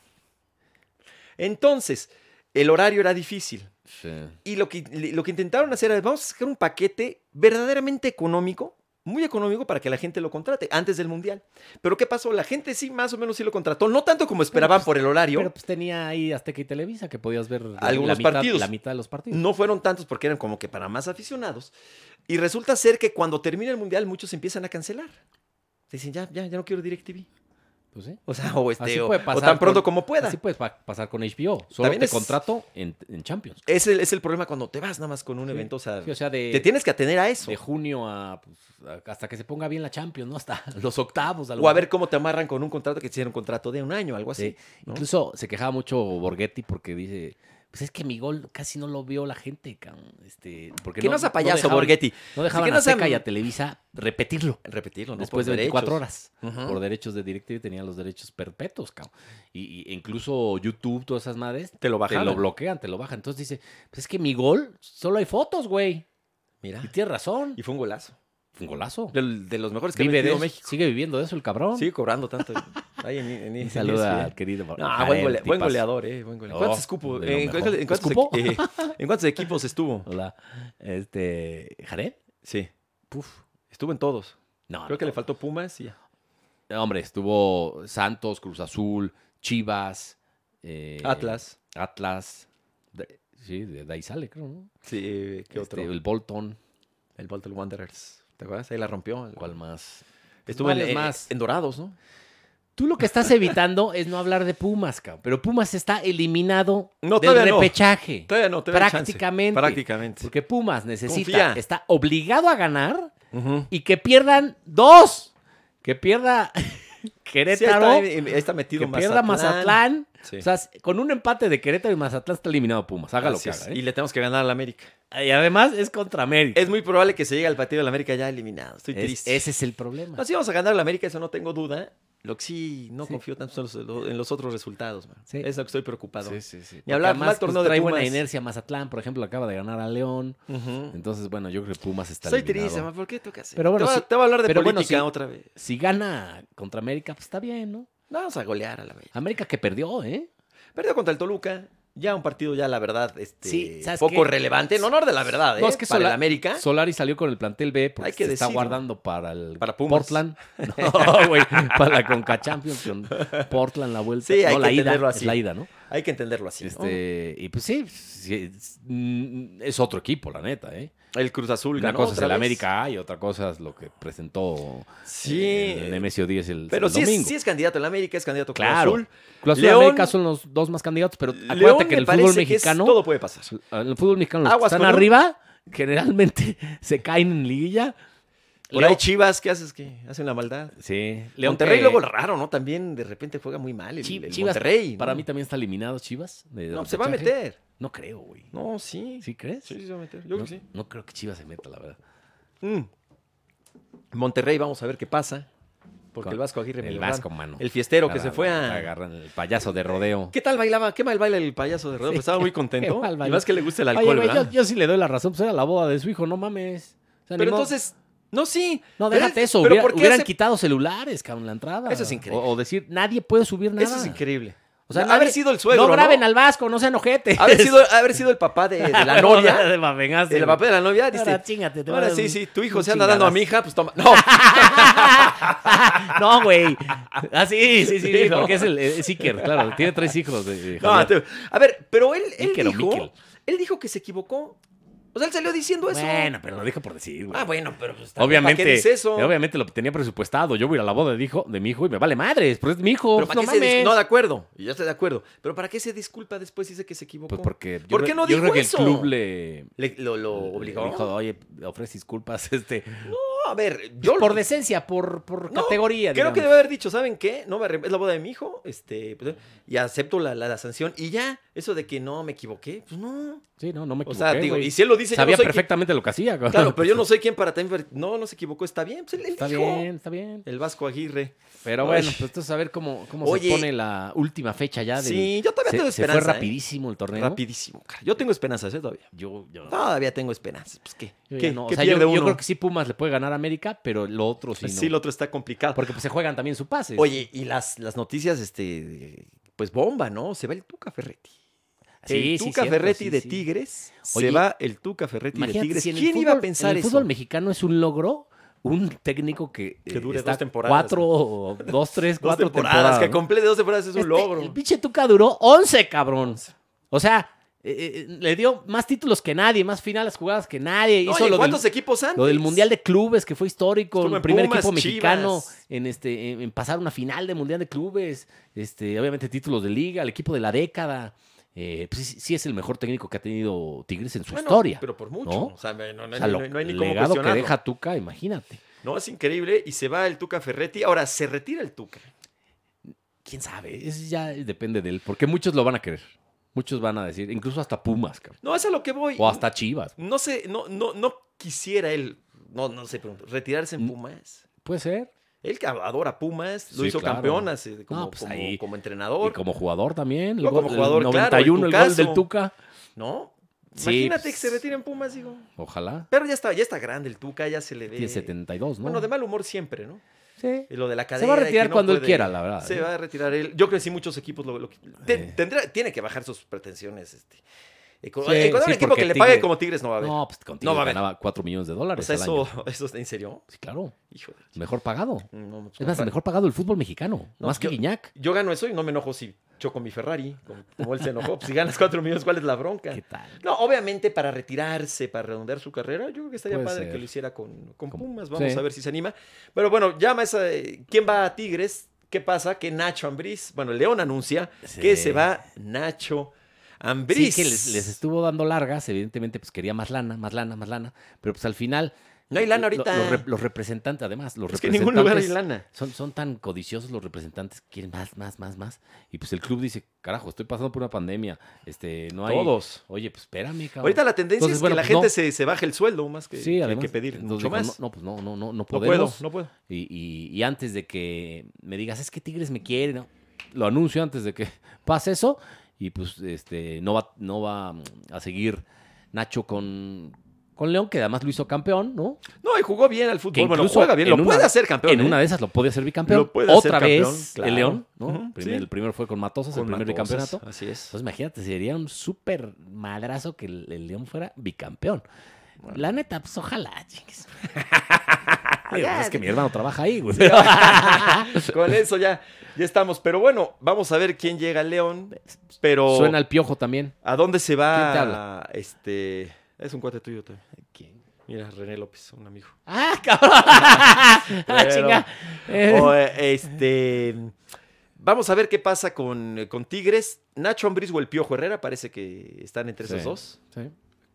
A: Entonces, el horario era difícil.
B: Sí.
A: Y lo que, lo que intentaron hacer es, vamos a sacar un paquete verdaderamente económico, muy económico para que la gente lo contrate antes del Mundial. Pero ¿qué pasó? La gente sí, más o menos sí lo contrató, no tanto como esperaban por el horario.
B: Pero pues tenía ahí Azteca y Televisa que podías ver la- la
A: Algunos
B: mitad,
A: partidos.
B: La mitad de los partidos.
A: No fueron tantos porque eran como que para más aficionados. Y resulta ser que cuando termina el Mundial muchos empiezan a cancelar. Dicen, ya, ya, ya no quiero DirecTV.
B: Pues sí.
A: O sea, o, este,
B: Así
A: o-
B: puede
A: o
B: pasar
A: tan pronto
B: con-
A: como pueda.
B: Así puedes pa- pasar con HBO. Solo
A: También
B: te
A: es-
B: contrato en, en Champions.
A: Es el, es el problema cuando te vas nada más con un evento. O sea,
B: Sí, o sea, de,
A: te tienes que atener a eso.
B: de junio a, pues, a- hasta que se ponga bien la Champions, ¿no? Hasta los octavos. lo
A: O a
B: mejor.
A: ver cómo te amarran con un contrato que hicieron un contrato de un año, algo así.
B: Sí.
A: ¿no?
B: Incluso se quejaba mucho Borghetti porque dice... Pues es que mi gol casi no lo vio la gente, cabrón. Este, porque
A: Que no, sea payaso,
B: dejaban-
A: Borghetti.
B: No dejaban
A: que no
B: a Azteca
A: sean-
B: y a Televisa repetirlo.
A: Repetirlo, ¿no?
B: Después
A: Por
B: de 24
A: derechos. Ah.
B: horas.
A: Ujú.
B: Por derechos de DirecTV tenían los derechos perpetuos, cabrón. Y, y incluso YouTube, todas esas madres,
A: Te lo
B: te
A: bajaron.
B: lo bloquean, te lo bajan. Entonces dice, pues es que mi gol, solo hay fotos, güey.
A: Mira.
B: Ah. Y tienes razón.
A: Y fue un golazo.
B: Fue Un golazo.
A: Del- De, los mejores que ha
B: Vive de
A: metido
B: eso.
A: México.
B: Sigue viviendo de eso el cabrón.
A: Sigue cobrando tanto. Ahí en, en- en-
B: Y saluda
A: en-
B: al querido. Bar-
A: No,
B: Jared,
A: buen, gole- buen
B: tipazo.
A: goleador, ¿eh? Buen goleador. ¿Cuántos,
B: Oh,
A: escupo-
B: de
A: eh,
B: lo
A: en,
B: mejor.
A: cuántos- en cuántos
B: ¿Escupo?
A: equi- eh, en cuántos equipos estuvo?
B: Hola. Este. ¿Jared?
A: Sí,
B: Puf.
A: estuvo en todos.
B: No.
A: Creo que
B: no.
A: le faltó Pumas y ya.
B: Hombre, estuvo Santos, Cruz Azul, Chivas, eh,
A: Atlas.
B: Atlas. De- sí, de, de ahí sale, creo, ¿no?
A: Sí, eh, ¿qué
B: Este,
A: otro?
B: El Bolton.
A: El Bolton Wanderers. ¿Te acuerdas? Ahí la rompió.
B: ¿Cuál más?
A: Estuvo
B: ¿Cuál es
A: en,
B: más?
A: más? en Dorados, ¿no?
B: Tú lo que estás evitando es no hablar de Pumas, cabrón. Pero Pumas está eliminado
A: No,
B: del
A: todavía no.
B: repechaje.
A: Todavía no, todavía hay chance.
B: Prácticamente.
A: Prácticamente.
B: Porque Pumas necesita,
A: Confía.
B: está obligado a ganar
A: Ujú.
B: y que pierdan dos. Que pierda
A: Sí, ahí está-
B: Querétaro,
A: ahí está metido
B: que pierda Mazatlán.
A: Sí.
B: O sea, con un empate de Querétaro y Mazatlán está eliminado Pumas. Hágalo
A: Así
B: que
A: es.
B: haga, ¿eh?
A: Y le tenemos que ganar a la América.
B: Y además es contra América.
A: Es muy probable que se llegue al partido de la América ya eliminado. Estoy
B: Es-
A: triste.
B: ese es el problema.
A: No, sí vamos a ganar a la América, eso no tengo duda. Lo que sí no
B: Sí.
A: confío tanto son los- lo- en los otros resultados, man.
B: Sí.
A: Es lo que estoy preocupado.
B: Sí, sí, sí.
A: Ni hablar,
B: Porque
A: mal torneo de
B: pues, trae
A: Pumas.
B: buena inercia Mazatlán, por ejemplo, acaba de ganar a León.
A: Ujú.
B: Entonces, bueno, yo creo que Pumas está
A: Soy
B: eliminado.
A: triste, man. ¿Por qué tocas?
B: Pero bueno,
A: te, va,
B: sí-
A: te va a hablar de
B: pero bueno,
A: política
B: sí.
A: otra vez.
B: Si gana contra América, pues está bien, ¿no?
A: Vamos a golear a la bella.
B: América que perdió, ¿eh?
A: Perdió contra el Toluca. Ya un partido, ya la verdad, este,
B: Sí, ¿sabes
A: poco
B: qué?
A: relevante. En honor de la verdad, ¿eh?
B: No, es que
A: Para
B: Sola-
A: el América.
B: Solari salió con el plantel B porque
A: Hay que
B: se está
A: decirlo.
B: guardando para el
A: Para Pumas.
B: Portland. No, güey, para la Conca Champions con Portland la vuelta.
A: Sí, hay que
B: no, la ida,
A: entenderlo
B: es
A: así.
B: la ida, ¿no?
A: Hay que entenderlo así. ¿no?
B: Este, y pues sí, sí, es, mm, es otro equipo, la neta, ¿eh?
A: El Cruz Azul
B: Una
A: ganó
B: cosa es
A: otra
B: el
A: vez.
B: América A y otra cosa es lo que presentó
A: Sí.
B: eh, el Nemesio 10 el,
A: Pero
B: el
A: sí
B: domingo.
A: es, sí es candidato el América, es candidato Cruz
B: Claro.
A: Azul.
B: Cruz Azul y
A: León-
B: América son los dos más candidatos, pero acuérdate
A: León
B: que
A: me
B: en el
A: parece
B: fútbol
A: que es-
B: mexicano,
A: todo puede pasar.
B: en el fútbol mexicano los que
A: Aguas
B: están
A: con un-
B: arriba generalmente se caen en liguilla.
A: Por
B: León-
A: ahí Chivas, ¿qué haces? ¿Qué? Hace una maldad.
B: Sí.
A: León Monterrey luego raro, ¿no? También de repente juega muy mal el,
B: Chi-
A: el
B: Chivas,
A: Monterrey. ¿no?
B: Para mí también está eliminado Chivas. de
A: No, se va a
B: repechaje.
A: meter.
B: No creo, güey.
A: No, sí.
B: ¿Sí crees?
A: Sí, sí se va a meter. Yo
B: no,
A: creo que sí.
B: no creo que Chivas se meta, la verdad.
A: Mm. Monterrey, vamos a ver qué pasa. Porque
B: Con-
A: el Vasco Aguirre. me
B: El
A: lo dan.
B: Vasco, mano.
A: El fiestero que se
B: Agarran-
A: fue a...
B: Agarran el payaso de rodeo.
A: ¿Qué tal bailaba? ¿Qué mal baila el payaso de Rodolfo?
B: Sí.
A: Estaba muy contento.
B: Qué mal
A: y
B: baila.
A: más que le gusta el
B: Oye,
A: alcohol,
B: güey,
A: ¿verdad?
B: yo, yo sí le doy la razón. Pues era la boda de su hijo, no mames. O sea, ni
A: Pero
B: modo-
A: entonces... No, sí.
B: No,
A: Pero
B: déjate
A: es-
B: eso.
A: Pero
B: hubiera-
A: ¿por qué
B: hubieran
A: hace-
B: quitado celulares, cabrón, en la entrada.
A: Eso es increíble.
B: O, o decir, nadie puede subir nada.
A: Eso es increíble.
B: O sea,
A: haber
B: nadie-
A: sido el suegro,
B: No graben
A: ¿no?
B: al vasco, no sean ojetes.
A: Haber sido, haber sido el papá de, de la novia.
B: de Mavengaste,
A: El
B: güey.
A: papá de la novia, dice.
B: Ahora, chíngate, te va a
A: Ahora
B: dar
A: sí,
B: un-
A: sí, tu hijo
B: un
A: se anda dando a
B: chingadazo".
A: mi hija, pues toma. No,
B: no, güey. Ah, sí, sí, sí,
A: Sí,
B: sí,
A: ¿no?
B: porque es el eh, es Iker, claro. Tiene tres hijos. eh,
A: no.
B: Javier.
A: te- A ver, pero él, él
B: Mikel o
A: dijo.
B: Mikel.
A: Él dijo que se equivocó. O sea, él salió diciendo eso.
B: bueno, pero lo dijo por decir, güey.
A: Ah, bueno, pero pues también,
B: Obviamente,
A: ¿Para qué dice eso?
B: obviamente lo tenía presupuestado. Yo voy a ir a la boda de, hijo, de mi hijo y me vale madres, pero es mi hijo.
A: Pero
B: pues,
A: ¿para
B: no
A: qué se dis-
B: mames.
A: No, de acuerdo. Yo estoy de acuerdo. Pero ¿para qué se disculpa después dice que se equivocó?
B: Pues porque yo
A: ¿Por
B: creo-
A: qué no
B: yo
A: dijo
B: creo que
A: eso?
B: el club le,
A: Le- lo, lo obligó.
B: le dijo, oye, ofrece disculpas, este,
A: No, a ver, yo.
B: por decencia, por, por
A: No,
B: categoría,
A: Creo que
B: digamos.
A: debe haber dicho, ¿saben qué? No me arrep- es la boda de mi hijo, este, pues, y acepto la, la- la sanción. Y ya, eso de que no me equivoqué, pues no.
B: Sí, no, no me
A: O
B: equivoqué,
A: sea, digo,
B: güey.
A: y si él lo dice, yo
B: Sabía
A: no soy
B: perfectamente lo que hacía.
A: quien- claro, pero yo no soy quien para Denver. No, no se equivocó, está bien, pues él, él
B: Está
A: dijo.
B: bien, está bien.
A: El Vasco Aguirre.
B: Pero
A: Ay.
B: bueno, pues entonces a ver cómo, cómo
A: Oye.
B: se pone la última fecha ya del...
A: Sí, yo todavía
B: se,
A: tengo
B: se
A: esperanza.
B: fue
A: ¿eh?
B: rapidísimo el torneo.
A: Rapidísimo, cara. Yo tengo esperanzas, ¿eh? Todavía.
B: Yo, yo,
A: Todavía tengo esperanzas. Pues qué.
B: yo ya
A: ¿Qué,
B: no. O
A: qué
B: sea, yo,
A: pierde
B: yo
A: uno?
B: creo que sí Pumas le puede ganar a América, pero lo otro sí
A: pues, sí,
B: no.
A: el otro está complicado.
B: Porque pues, se juegan también sus pases.
A: Oye, y las, las noticias, este, pues bomba, ¿no? Se va el Tuca Ferretti.
B: Sí,
A: el
B: sí,
A: Tuca
B: cierto,
A: Ferretti
B: sí,
A: de
B: sí.
A: Tigres.
B: Oye,
A: se va el Tuca Ferretti de
B: Imagínate
A: Tigres.
B: si en el
A: ¿Quién iba a
B: fútbol-
A: pensar
B: en el
A: eso?
B: fútbol mexicano es un logro un técnico que,
A: Que
B: eh,
A: dure
B: está
A: dos temporadas,
B: Cuatro, o dos, tres,
A: Dos
B: cuatro
A: temporadas,
B: temporadas.
A: que
B: ¿no?
A: complete dos temporadas es un
B: Este,
A: logro.
B: El pinche Tuca duró 11, cabrón. O sea, eh, eh, le dio más títulos que nadie, más finales jugadas que nadie.
A: No,
B: Hizo
A: oye,
B: lo
A: ¿cuántos
B: del,
A: equipos antes?
B: lo del Mundial de Clubes, que fue histórico.
A: pues, Estuvo
B: El
A: en
B: primer
A: Pumas,
B: equipo mexicano
A: Chivas.
B: en, este, en, en pasar una final de Mundial de Clubes. Este, obviamente títulos de liga, el equipo de la década. Eh, pues sí, sí es el mejor técnico que ha tenido Tigres en su
A: Bueno,
B: historia.
A: Pero por mucho.
B: ¿no?
A: O sea, no, no- no-
B: O sea,
A: no-
B: lo-
A: no hay ni
B: el
A: cómo
B: legado que
A: cuestionarlo.
B: deja Tuca, imagínate.
A: No, es increíble. Y se va el Tuca Ferretti. Ahora, se retira el Tuca.
B: ¿Quién sabe? Es, ya depende de él, porque muchos lo van a querer. Muchos van a decir, incluso hasta Pumas, cabrón.
A: No, es a lo que voy.
B: O hasta Chivas.
A: No sé, no, no, no quisiera él, no, no sé, pero retirarse en
B: Mm.
A: Pumas.
B: Puede ser.
A: Él que adora Pumas, lo
B: Sí,
A: hizo
B: claro.
A: campeón hace- como,
B: No, pues
A: como-
B: ahí.
A: como
B: Y
A: entrenador,
B: como jugador también. el
A: No, como
B: gol-
A: jugador,
B: el
A: claro, el
B: 91, el gol
A: Tucaso.
B: del Tuca.
A: ¿no?
B: Sí,
A: Imagínate
B: pues.
A: que se retire en Pumas, digo.
B: Ojalá.
A: Pero ya está, ya está grande el Tuca, ya se le ve.
B: Tiene 72, ¿no?
A: Bueno, de mal humor siempre, ¿no?
B: Sí.
A: Y lo de la cadera.
B: Se va a
A: y que
B: retirar
A: no
B: cuando él
A: puede-
B: quiera, la verdad.
A: Se
B: ¿eh?
A: va a retirar él. Yo creo que sí muchos equipos lo, lo- te-
B: Eh.
A: tendrá- tiene que bajar sus pretensiones. Este. Eco-
B: Sí,
A: encontrar un
B: sí,
A: equipo
B: porque
A: que le pague
B: Tigres-
A: como Tigres no va a haber.
B: No, pues contigo
A: No va a haber.
B: ganaba 4 millones de
A: o
B: dólares
A: sea,
B: al
A: eso,
B: año.
A: eso está en serio.
B: Sí, claro.
A: Hijo de-
B: Mejor pagado.
A: no, pues,
B: Es más,
A: para-
B: mejor pagado el fútbol mexicano.
A: No,
B: más que
A: yo-
B: Guiñac.
A: Yo gano eso y no me enojo si choco mi Ferrari, como, como él se enojó. Pues, si ganas 4 millones, ¿cuál es la bronca?
B: ¿Qué tal?
A: No, obviamente para retirarse, para redondear su carrera, yo creo que estaría
B: Puede
A: padre
B: ser.
A: que lo hiciera con, con
B: Con-
A: Pumas. Vamos
B: sí.
A: a ver si se anima. Pero bueno, llama esa. eh, ¿Quién va a Tigres? ¿Qué pasa? Que Nacho Ambriz, bueno, León anuncia
B: Sí.
A: que se va Nacho
B: Sí,
A: Ambriz.
B: que les, les estuvo dando largas, evidentemente, pues quería más lana, más lana, más lana. Pero pues al final,
A: No hay lana
B: Lo- lo-
A: ahorita.
B: Los, rep- los representantes, además, los
A: es que en ningún
B: representantes.
A: lugar hay lana.
B: Son, son tan codiciosos los representantes que quieren más, más, más, más. Y pues el club dice, carajo, estoy pasando por una pandemia. Este, no hay...
A: Todos.
B: Oye, pues espérame, cabrón.
A: Ahorita la tendencia
B: Entonces,
A: es
B: bueno,
A: que la
B: pues,
A: gente
B: no.
A: se, se baje el sueldo más que,
B: Sí,
A: que-
B: además.
A: que pedir
B: Entonces
A: mucho
B: dijo,
A: más.
B: No, no, pues no, no, no, no
A: No
B: podemos.
A: puedo, no puedo.
B: Y, y- y antes de que me digas, es que Tigres me quiere, ¿no? Lo anuncio antes de que pase eso. Y pues este no va, no va a seguir Nacho con, con León, que además lo hizo campeón, ¿no?
A: No, y jugó bien al fútbol.
B: Que
A: bueno,
B: incluso
A: juega bien. Lo
B: en
A: puede
B: una-
A: hacer campeón.
B: en
A: ¿eh?
B: una de esas lo podía ser bicampeón.
A: Lo puede
B: Otra
A: hacer
B: vez
A: campeón, claro.
B: el León, ¿no?
A: Ujú,
B: Primer-
A: sí.
B: El primero fue con Matosas,
A: Con
B: el primer
A: Matosas,
B: bicampeonato.
A: Así es.
B: Entonces imagínate, sería un súper madrazo que el, el León fuera bicampeón. La neta, pues ojalá, chingues. Digo, pues, es que mi hermano trabaja ahí, güey.
A: Con eso ya, ya estamos. Pero bueno, vamos a ver quién llega al León. Pero
B: Suena el piojo también.
A: ¿a dónde se va?
B: ¿Quién te habla?
A: Este. Es un cuate tuyo también. Mira, René López, un amigo.
B: ¡Ah, cabrón! ¡Ah,
A: Pero-
B: chinga! Eh,
A: O, eh, este. Vamos a ver qué pasa con, con Tigres. Nacho Ambriz o el Piojo Herrera parece que están entre esos
B: Sí.
A: dos.
B: sí.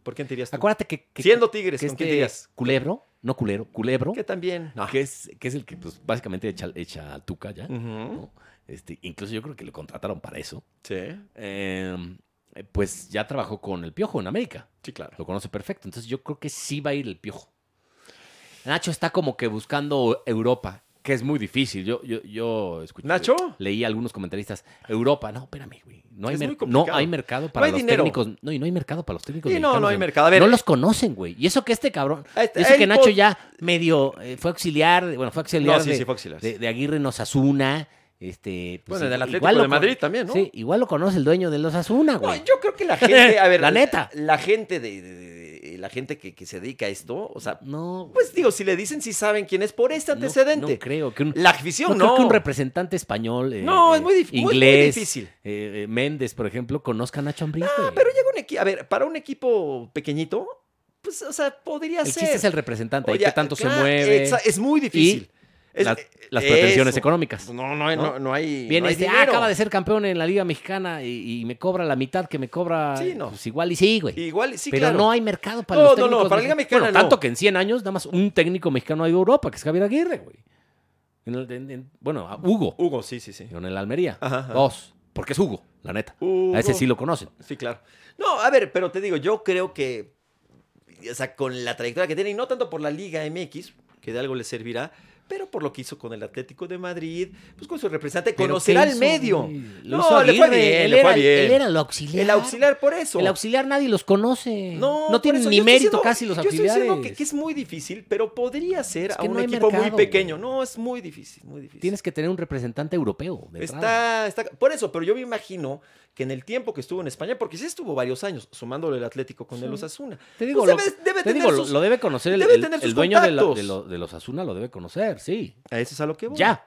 A: ¿Por quién te dirías tú?
B: Acuérdate que, que-
A: Siendo
B: que
A: Tigres, ¿con
B: este
A: quién te dirías?
B: culebro, no culero, culebro,
A: Que también. No.
B: que, es, que es el que pues, básicamente echa, echa al tuca ya.
A: Ujú.
B: ¿no? Este, incluso yo creo que lo contrataron para eso.
A: Sí.
B: Eh, pues ya trabajó con el Piojo en América.
A: Sí, claro.
B: Lo conoce perfecto. Entonces yo creo que sí va a ir el Piojo. Nacho está como que buscando Europa, que es muy difícil. Yo, yo, yo escuché.
A: ¿Nacho?
B: Leí a algunos comentaristas. Europa, no, espérame, güey. No hay,
A: Es
B: mer-
A: muy
B: no
A: complicado.
B: hay mercado para
A: hay
B: los
A: dinero.
B: técnicos. No, y no hay mercado para los técnicos.
A: Y no,
B: mexicanos,
A: no hay
B: güey.
A: mercado. A ver,
B: no los conocen, güey. Y eso que este cabrón.
A: Este-
B: y eso
A: el
B: que Nacho
A: pod-
B: ya medio eh, fue auxiliar. Bueno, fue auxiliar.
A: No, sí,
B: de-
A: sí, fue auxiliar, sí.
B: de, de Aguirre en Osasuna. Este, pues,
A: Bueno, del
B: igual
A: Atlético
B: lo
A: de
B: con-
A: Madrid también, ¿no?
B: Sí, igual lo conoce el dueño de los Asuna,
A: No,
B: güey.
A: yo creo que la gente, a ver,
B: La neta.
A: la gente de, de- de- de- la gente que, que se dedica a esto, o sea,
B: No, güey.
A: pues digo, si le dicen, si saben quién es por este
B: No- No,
A: antecedente.
B: creo que un,
A: la
B: no
A: afición
B: creo
A: no.
B: que un representante español. eh,
A: No, es muy
B: eh,
A: dif- muy- muy
B: Inglés.
A: difícil.
B: eh, eh, Méndez, por ejemplo, conozca a Nacho Ambriz.
A: Ah,
B: güey.
A: pero llega un equipo, a ver, para un equipo pequeñito, pues, o sea, podría
B: El
A: ser.
B: chiste es el representante, ahí
A: Oye,
B: que tanto
A: claro,
B: se mueve.
A: exa- Es muy difícil. Es-
B: las,
A: eh,
B: las pretensiones
A: eso. Pues
B: económicas.
A: No, no, hay- no, no hay.
B: Viene
A: no hay
B: este, ah,
A: dinero.
B: acaba de ser campeón en la Liga Mexicana y, y me cobra la mitad que me cobra.
A: Sí, no.
B: Pues igual y sí, güey.
A: Igual, sí,
B: pero
A: claro.
B: no hay mercado para
A: No,
B: los
A: no, no,
B: técnicos.
A: para la Liga
B: mexicanos.
A: Mexicana
B: Bueno, tanto
A: no.
B: que en 100 años nada más un técnico mexicano ha ido a Europa, que es Javier Aguirre, güey. En el- en- en- bueno, a Hugo,
A: Hugo, sí, sí, sí.
B: en el Almería.
A: Ajá, ajá.
B: Dos, porque es Hugo, la neta.
A: Hugo.
B: A ese sí lo conocen.
A: Sí, claro. No, a ver, pero te digo, yo creo que, o sea, con la trayectoria que tiene, y no tanto por la Liga MX, que de algo le servirá, pero por lo que hizo con el Atlético de Madrid, pues con su representante, conocerá
B: Pero
A: al
B: ¿qué hizo,
A: medio.
B: güey? Lo hizo
A: No, le fue
B: Aguirre,
A: bien,
B: él
A: le fue
B: era-
A: bien.
B: Él era el auxiliar.
A: El auxiliar, por eso.
B: El auxiliar nadie los conoce.
A: No,
B: No,
A: por
B: tienen
A: eso.
B: ni
A: Yo estoy
B: mérito
A: diciendo-
B: casi los
A: yo
B: auxiliares.
A: Estoy diciendo que, que es muy difícil, pero podría ser
B: Es
A: a
B: que
A: un
B: no hay
A: equipo muy
B: mercado, güey.
A: pequeño. No, es muy difícil, muy difícil.
B: Tienes que tener un representante europeo. de entrada.
A: Está, está, por eso, pero yo me imagino que en el tiempo que estuvo en España, porque sí estuvo varios años, sumándole el Atlético con
B: Sí.
A: el Osasuna.
B: Te digo,
A: Pues
B: lo,
A: debe- debe
B: te
A: tener
B: digo, lo-
A: sus-
B: lo debe conocer el,
A: debe
B: el-
A: tener
B: el
A: sus
B: dueño de, la- de
A: contactos.
B: lo- de los Asuna, lo debe conocer, sí.
A: A eso es a lo que voy.
B: Ya.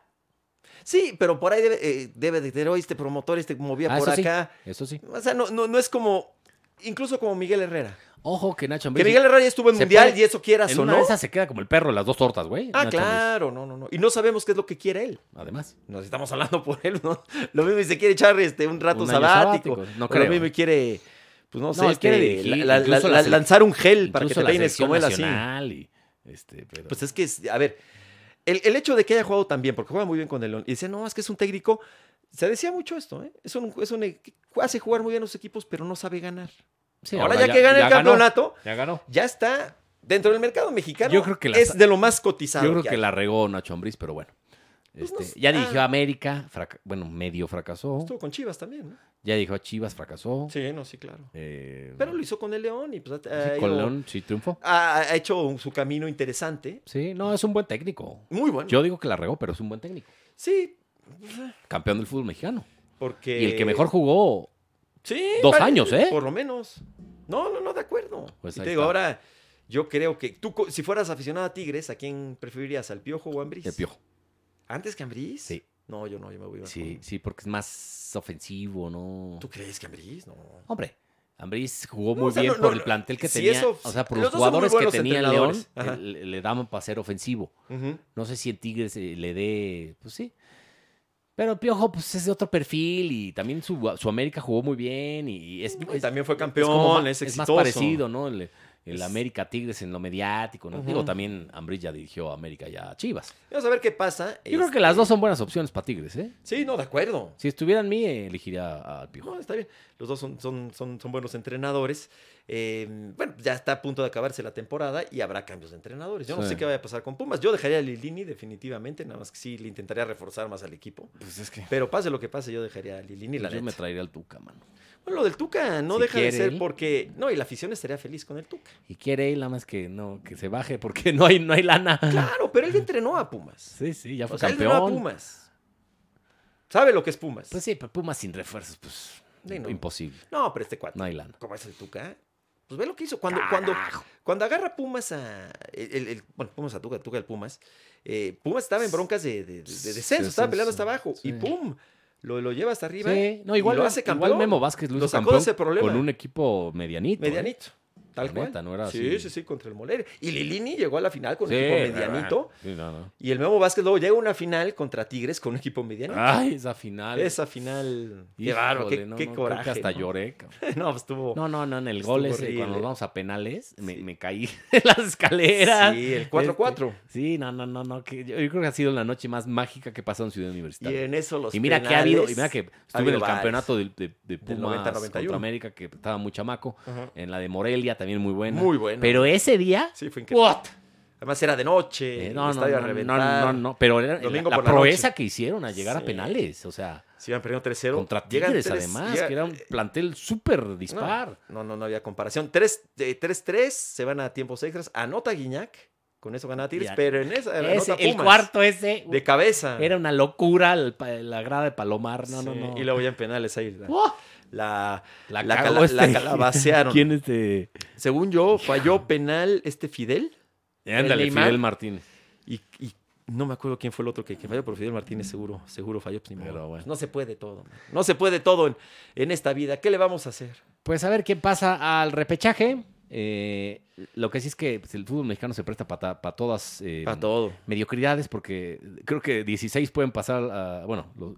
A: Sí, pero por ahí debe, eh, debe de tener, "Oye, este promotor, este movía
B: Ah,
A: por
B: eso sí.
A: acá.
B: Eso sí.
A: O sea, no, no, no es como, incluso como Miguel Herrera.
B: Ojo que Nacho
A: Que
B: Ambriz.
A: Miguel Herrera ya estuvo en
B: se
A: Mundial
B: puede-
A: y eso quieras
B: en
A: o
B: una
A: no.
B: de esas se queda como el perro, las dos tortas, güey.
A: Ah,
B: Nacho Ambriz,
A: claro, no, no, no. Y no sabemos qué es lo que quiere él.
B: Además.
A: Nos estamos hablando por él, ¿no? Lo mismo y se quiere echar este, un rato
B: Un año
A: sabático.
B: sabático, no
A: O
B: creo.
A: Lo mismo y quiere, pues no sé,
B: él
A: este,
B: quiere dirigir,
A: la- la-
B: incluso
A: la-
B: la
A: lanzar un gel para que
B: Incluso
A: te
B: la
A: peines
B: selección
A: como él así.
B: nacional y, este, pero-
A: Pues es que, es- a ver, el, el hecho de que haya jugado tan bien, porque juega muy bien con el León, y decía, no, es que es un técnico. Se decía mucho esto, ¿eh? Es un, es un e- que hace jugar muy bien a los equipos, pero no sabe ganar.
B: Sí,
A: ahora, ya, que gana el
B: ganó,
A: campeonato,
B: ya ganó.
A: ya está dentro del mercado mexicano.
B: Yo creo que la-
A: es de lo más cotizado.
B: Yo creo
A: hay.
B: que la regó Nacho Ambriz, pero bueno.
A: Pues no
B: Este,
A: sé.
B: ya dirigió a América, fraca- bueno, medio fracasó.
A: Estuvo con Chivas también, ¿no?
B: Ya dirigió a Chivas, fracasó.
A: Sí, no, sí, claro.
B: Eh,
A: Pero lo hizo con el León y pues ha- ha
B: sí,
A: ido-
B: con León sí triunfó.
A: ha, ha hecho un- su camino interesante.
B: Sí, no, es un buen técnico.
A: Muy bueno.
B: Yo digo que la regó, pero es un buen técnico.
A: Sí,
B: Campeón del fútbol mexicano.
A: porque...
B: Y el que mejor jugó.
A: Sí,
B: Dos años, ¿eh?
A: Por lo menos. No, no, no, de acuerdo.
B: Pues
A: Y
B: ahí
A: te digo,
B: está.
A: ahora, yo creo que tú, co- si fueras aficionado a Tigres, ¿a quién preferirías? ¿Al Piojo o a Ambriz?
B: El Piojo.
A: ¿Antes que Ambriz?
B: Sí.
A: No, yo no, yo me voy a...
B: Sí, sí, porque es más ofensivo, ¿no?
A: ¿Tú crees que Ambriz? No.
B: Hombre, Ambriz jugó
A: No,
B: muy
A: o sea,
B: bien
A: no, no,
B: por el
A: no.
B: plantel que
A: Si
B: tenía.
A: eso-
B: o sea, por
A: los
B: los,
A: dos son muy
B: jugadores que
A: buenos
B: tenía el León, eh,
A: entrenadores. Ajá.
B: le, le daban para ser ofensivo.
A: Ujú.
B: No sé si en Tigres eh, le dé, pues sí. Pero Piojo, pues es de otro perfil y también su, su América jugó muy bien y es,
A: Y
B: es-
A: también fue
B: es como
A: campeón,
B: ma-
A: es,
B: más
A: exitoso.
B: parecido, ¿no? Le- el
A: Es-
B: América Tigres en lo mediático, ¿no?
A: Ujú.
B: Digo, también Ambriz ya dirigió a América y a Chivas.
A: Vamos a ver qué pasa. este,
B: Yo creo que las dos son buenas opciones para Tigres, ¿eh?
A: Sí, no, de acuerdo.
B: Si estuvieran mí, eh, elegiría al Piojo.
A: No, "Ah, está bien. Los dos son, son, son, son buenos entrenadores. Eh, bueno, ya está a punto de acabarse la temporada y habrá cambios de entrenadores. Yo no
B: Sí.
A: sé qué vaya a pasar con Pumas. Yo dejaría a Lilini definitivamente, nada más que sí le intentaría reforzar más al equipo.
B: Pues es que...
A: Pero pase lo que pase, yo dejaría a Lilini, la
B: yo me
A: neta.
B: traería al Tuca, mano.
A: Bueno, lo del Tuca no
B: Si
A: deja de
B: quiere
A: ser
B: él.
A: porque... No, y la afición estaría feliz con el Tuca.
B: Y quiere él, nada más que no, que se baje porque no hay, no hay lana.
A: Claro, pero él entrenó a Pumas.
B: Sí, sí, ya fue
A: O sea, él entrenó a
B: campeón.
A: Pumas. Sabe lo que es Pumas.
B: Pues sí, pero Pumas sin refuerzos, pues
A: Sí, no.
B: imposible.
A: no, pero este cuate.
B: No hay lana.
A: ¿Cómo es el Tuca? Pues ve lo que hizo. Cuando, cuando,
B: Carajo.
A: Cuando agarra Pumas a. El, el- el- bueno, Pumas a Tuca, Tuca al Pumas. eh, Pumas estaba en broncas de, de- de descenso,
B: Descenso,
A: estaba peleando hasta abajo.
B: sí.
A: Y ¡pum! Lo, lo lleva hasta arriba.
B: Sí, no, igual,
A: y lo hace
B: igual
A: campeón.
B: Memo Vázquez lo
A: Lo
B: hizo
A: sacó de
B: campeón
A: ese problema.
B: con un equipo medianito. ¿eh?
A: medianito. Tal
B: La
A: cual.
B: neta, no era
A: sí,
B: así.
A: sí, sí, contra el Moler. Y Lilini llegó a la final con
B: Sí,
A: un equipo medianito.
B: Sí, no, no.
A: Y el Memo Vázquez luego llega a una final contra Tigres con un equipo medianito.
B: Ay, esa final.
A: Esa final. Qué
B: Híjole,
A: raro, qué,
B: no,
A: qué
B: no, creo que
A: coraje.
B: hasta
A: ¿no?
B: lloré. cabrón.
A: no, pues estuvo.
B: No, no, no, en el
A: Estuvo
B: gol ese,
A: horrible.
B: cuando nos vamos a penales, me,
A: Sí.
B: me caí en las escaleras.
A: Sí, el 4-4.
B: Este, sí, no, no, no, no. Que yo, yo creo que ha sido la noche más mágica que pasó en Ciudad
A: Y
B: Universitaria.
A: en eso los.
B: este, Y, mira que ha habido,
A: penales-
B: y mira que
A: ha
B: estuve en
A: habido
B: el
A: varios.
B: campeonato de, de, de
A: Del
B: Pumas
A: 90, 91.
B: contra América, que estaba muy chamaco.
A: Ajá.
B: En la de Morelia, también muy buena.
A: Muy buena.
B: Pero ese día,
A: Sí, fue increíble.
B: what?
A: Además era de noche,
B: Eh,
A: el
B: no, no,
A: estadio a
B: no, no,
A: reventar.
B: no, no, pero era
A: Domingo
B: la, la
A: por la
B: proeza
A: noche.
B: que hicieron a llegar a
A: Sí.
B: penales, o sea,
A: Se iban perdiendo 3-0.
B: contra
A: Llegan
B: Tigres
A: tres-
B: además,
A: llega-
B: que era un plantel súper
A: No,
B: dispar.
A: No, no, no había comparación. 3 3 se van a tiempos extras. Anota Guiñac. Con eso gana Tigres.
B: Y a-
A: Pero en esa anota
B: Ese, el
A: Pumas,
B: cuarto ese
A: De cabeza.
B: era una locura el pa- la grada de Palomar, no,
A: Sí,
B: no, no.
A: Y luego ya en penales ahí. La,
B: ¡Oh!
A: la,
B: La
A: la
B: cagó
A: cala-
B: este.
A: la calabacearon.
B: ¿Quién este?
A: Según yo, falló penal este Fidel.
B: Ándale,
A: Neymar?
B: Fidel Martínez.
A: Y, y no me acuerdo quién fue el otro que, que falló, pero Fidel Martínez seguro, seguro falló. Pues, ni
B: Pero
A: modo.
B: bueno.
A: No se puede todo. man. No se puede todo en, en esta vida. ¿Qué le vamos a hacer?
B: Pues a ver qué pasa al repechaje. Eh, lo que sí es que pues, el fútbol mexicano se presta para todas eh,
A: Para todo.
B: mediocridades porque creo que 16 pueden pasar a, bueno, lo-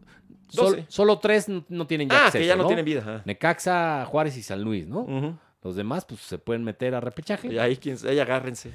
A: Doce.
B: sol- solo 3 no tienen ya
A: Ah,
B: acceso,
A: que ya no, tienen Mm. vida. ajá.
B: Necaxa, Juárez y San Luis, ¿no?
A: Ujú.
B: Los demás pues se pueden meter a repechaje.
A: Y ahí, quien, ahí agárrense.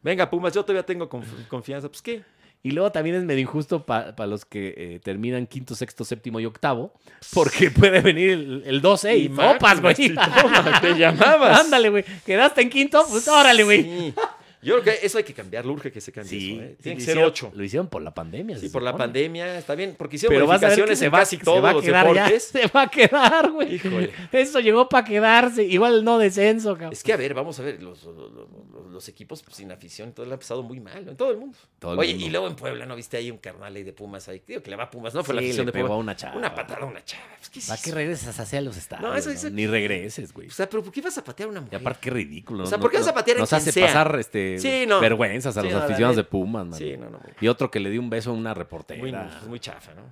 A: Venga, Pumas, yo todavía tengo conf- confianza. Pues qué.
B: Y luego también es medio injusto para los que eh, terminan quinto, sexto, séptimo y octavo, porque puede venir el, el 12 y,
A: más,
B: topas, güey.
A: y toma, te llamabas.
B: Ándale, güey. Quedaste en quinto, pues órale, güey.
A: Sí. Yo creo que eso hay que cambiarlo, urge que se cambie. eso, ¿eh? Tiene
B: lo
A: que ser
B: hicieron-
A: 8.
B: Lo hicieron por la pandemia.
A: Sí,
B: se
A: por la
B: supone.
A: pandemia, está bien, porque hicieron
B: Pero vas a ver que
A: modificaciones
B: se
A: en
B: va,
A: casi
B: se
A: todos
B: va a
A: los
B: quedar ya.
A: deportes.
B: Se va a quedar, güey.
A: Híjole.
B: Eso llegó para quedarse. Igual el no descenso, cabrón.
A: Es que, a ver, vamos a ver, los, los- los- los equipos pues, sin afición, todo le ha pasado muy mal, en todo el mundo.
B: Todo el
A: Oye,
B: mundo.
A: y luego en Puebla, ¿no viste ahí un carnal ahí de Pumas ahí? Digo que le va a Pumas, ¿no? Fue la
B: Sí,
A: afición
B: le
A: de
B: pegó
A: Pumas.
B: a una chava.
A: Una patada a una chava. Pues, ¿qué es
B: ¿Para qué
A: eso?
B: regresas hacia los estados?
A: eso- eso-
B: Ni regreses, güey.
A: O sea, ¿pero por qué vas a patear a una
B: Y
A: mujer?
B: aparte, qué ridículo.
A: O sea, ¿por qué vas a patear a
B: Nos
A: quien
B: hace
A: sea?
B: pasar este,
A: Sí, no.
B: vergüenzas a
A: Sí,
B: los
A: no, la
B: aficionados de
A: neta.
B: Pumas, man.
A: Sí, no, no, muy,
B: Y otro que le dio un beso a una reportera.
A: muy, pues, muy chafa, ¿no?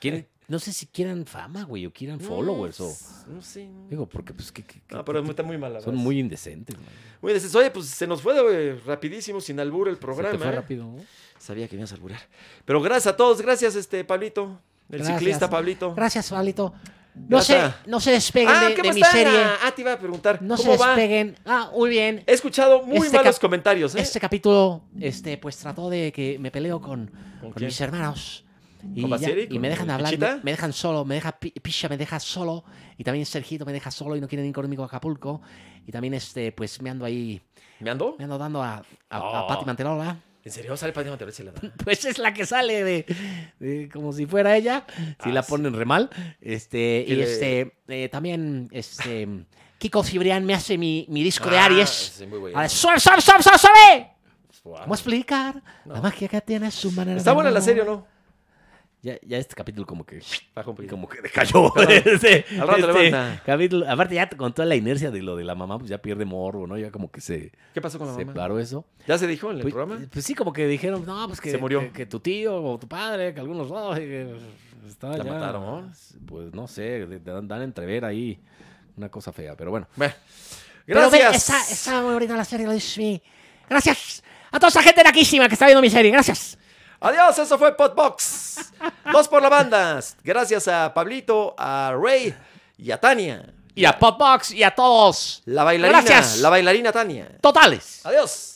B: ¿Quieren- no sé si quieran fama, güey, o quieran
A: Eh. No,
B: followers. O,
A: pues, No sé. no.
B: digo, porque pues que, que- que-
A: No, pero está muy mala.
B: son muy indecentes, man.
A: Muy decentes. Oye, pues se nos fue eh, rapidísimo, sin albur el
B: Se te
A: programa.
B: fue
A: ¿eh?
B: rápido, ¿no?
A: Sabía que ibas a alburar. Pero gracias a todos, gracias este Pablito, el
B: Gracias.
A: ciclista Pablito.
C: Gracias, Pablito.
A: Ya
C: No se,
A: está.
C: no se despeguen
A: ah,
C: de,
A: ¿qué
C: de
A: más
C: mi
A: está?
C: serie.
A: Ah, te iba a preguntar.
C: No se
A: ¿Cómo va?
C: despeguen. Ah, muy bien.
A: He escuchado muy
C: Este
A: malos
C: cap-
A: comentarios, ¿eh?
C: Este capítulo, este, pues trató de que me peleo con, con
A: quién?
C: mis hermanos. Y,
A: ¿Con
C: ya-
A: Basieri?
C: y
A: ¿Con
C: me dejan de hablar,
A: Pichita?
C: me, me dejan solo, me deja Pi- Pisha, me deja solo, y también Sergito me deja solo y no quieren ir conmigo a Acapulco. Y también este, pues me ando ahí,
A: ¿Me ando?
C: me ando dando a, a, a
B: Oh.
C: Pati Manterola.
A: ¿En serio? Sale Pablito Monterrey, se la da.
C: Pues es la que sale de, de como si fuera ella,
A: Ah,
B: Si la
A: sí.
B: ponen re mal.
C: Este,
A: Que
C: y
A: le-
C: este, eh, también, este, Kiko Cibrián me hace mi, mi disco de
A: Ah,
C: Aries.
A: sí, muy bueno.
C: A ver, ¡Suave, suave, suave, suave, suave!
A: Wow.
C: ¿Cómo explicar
A: No.
C: la magia que tiene su manera?
A: ¿Está
C: de
A: buena la
C: amar?
A: serie o no?
B: Ya, ya este capítulo como que...
A: Baja un poquito.
B: Como que decayó. este,
A: al rato
B: este
A: levanta.
B: capítulo. Aparte ya con toda la inercia de lo de la mamá, pues ya pierde morbo, ¿no? Ya como que se,
A: ¿Qué pasó con la
B: se
A: mamá?
B: paró eso.
A: ¿Ya se dijo en el
B: Pues,
A: programa?
B: pues sí, como que dijeron, no, pues que,
A: Se murió.
B: que, que tu tío o tu padre, que algunos no, que estaba
A: La
B: ya-
A: mataron.
B: Pues no sé, le- dan, dan a entrever ahí una cosa fea, pero bueno.
A: Bueno.
C: Pero ve,
A: Gracias.
C: está, está muy bonita la serie, lo dice mi- Gracias a toda esa gente naquísima que está viendo mi serie. Gracias.
A: Adiós, eso fue Podbox. Dos por la banda. Gracias a Pablito, a Ray y a Tania. y a Popbox y a todos.
B: La bailarina,
A: Gracias.
B: la bailarina Tania.
A: Totales.
B: Adiós.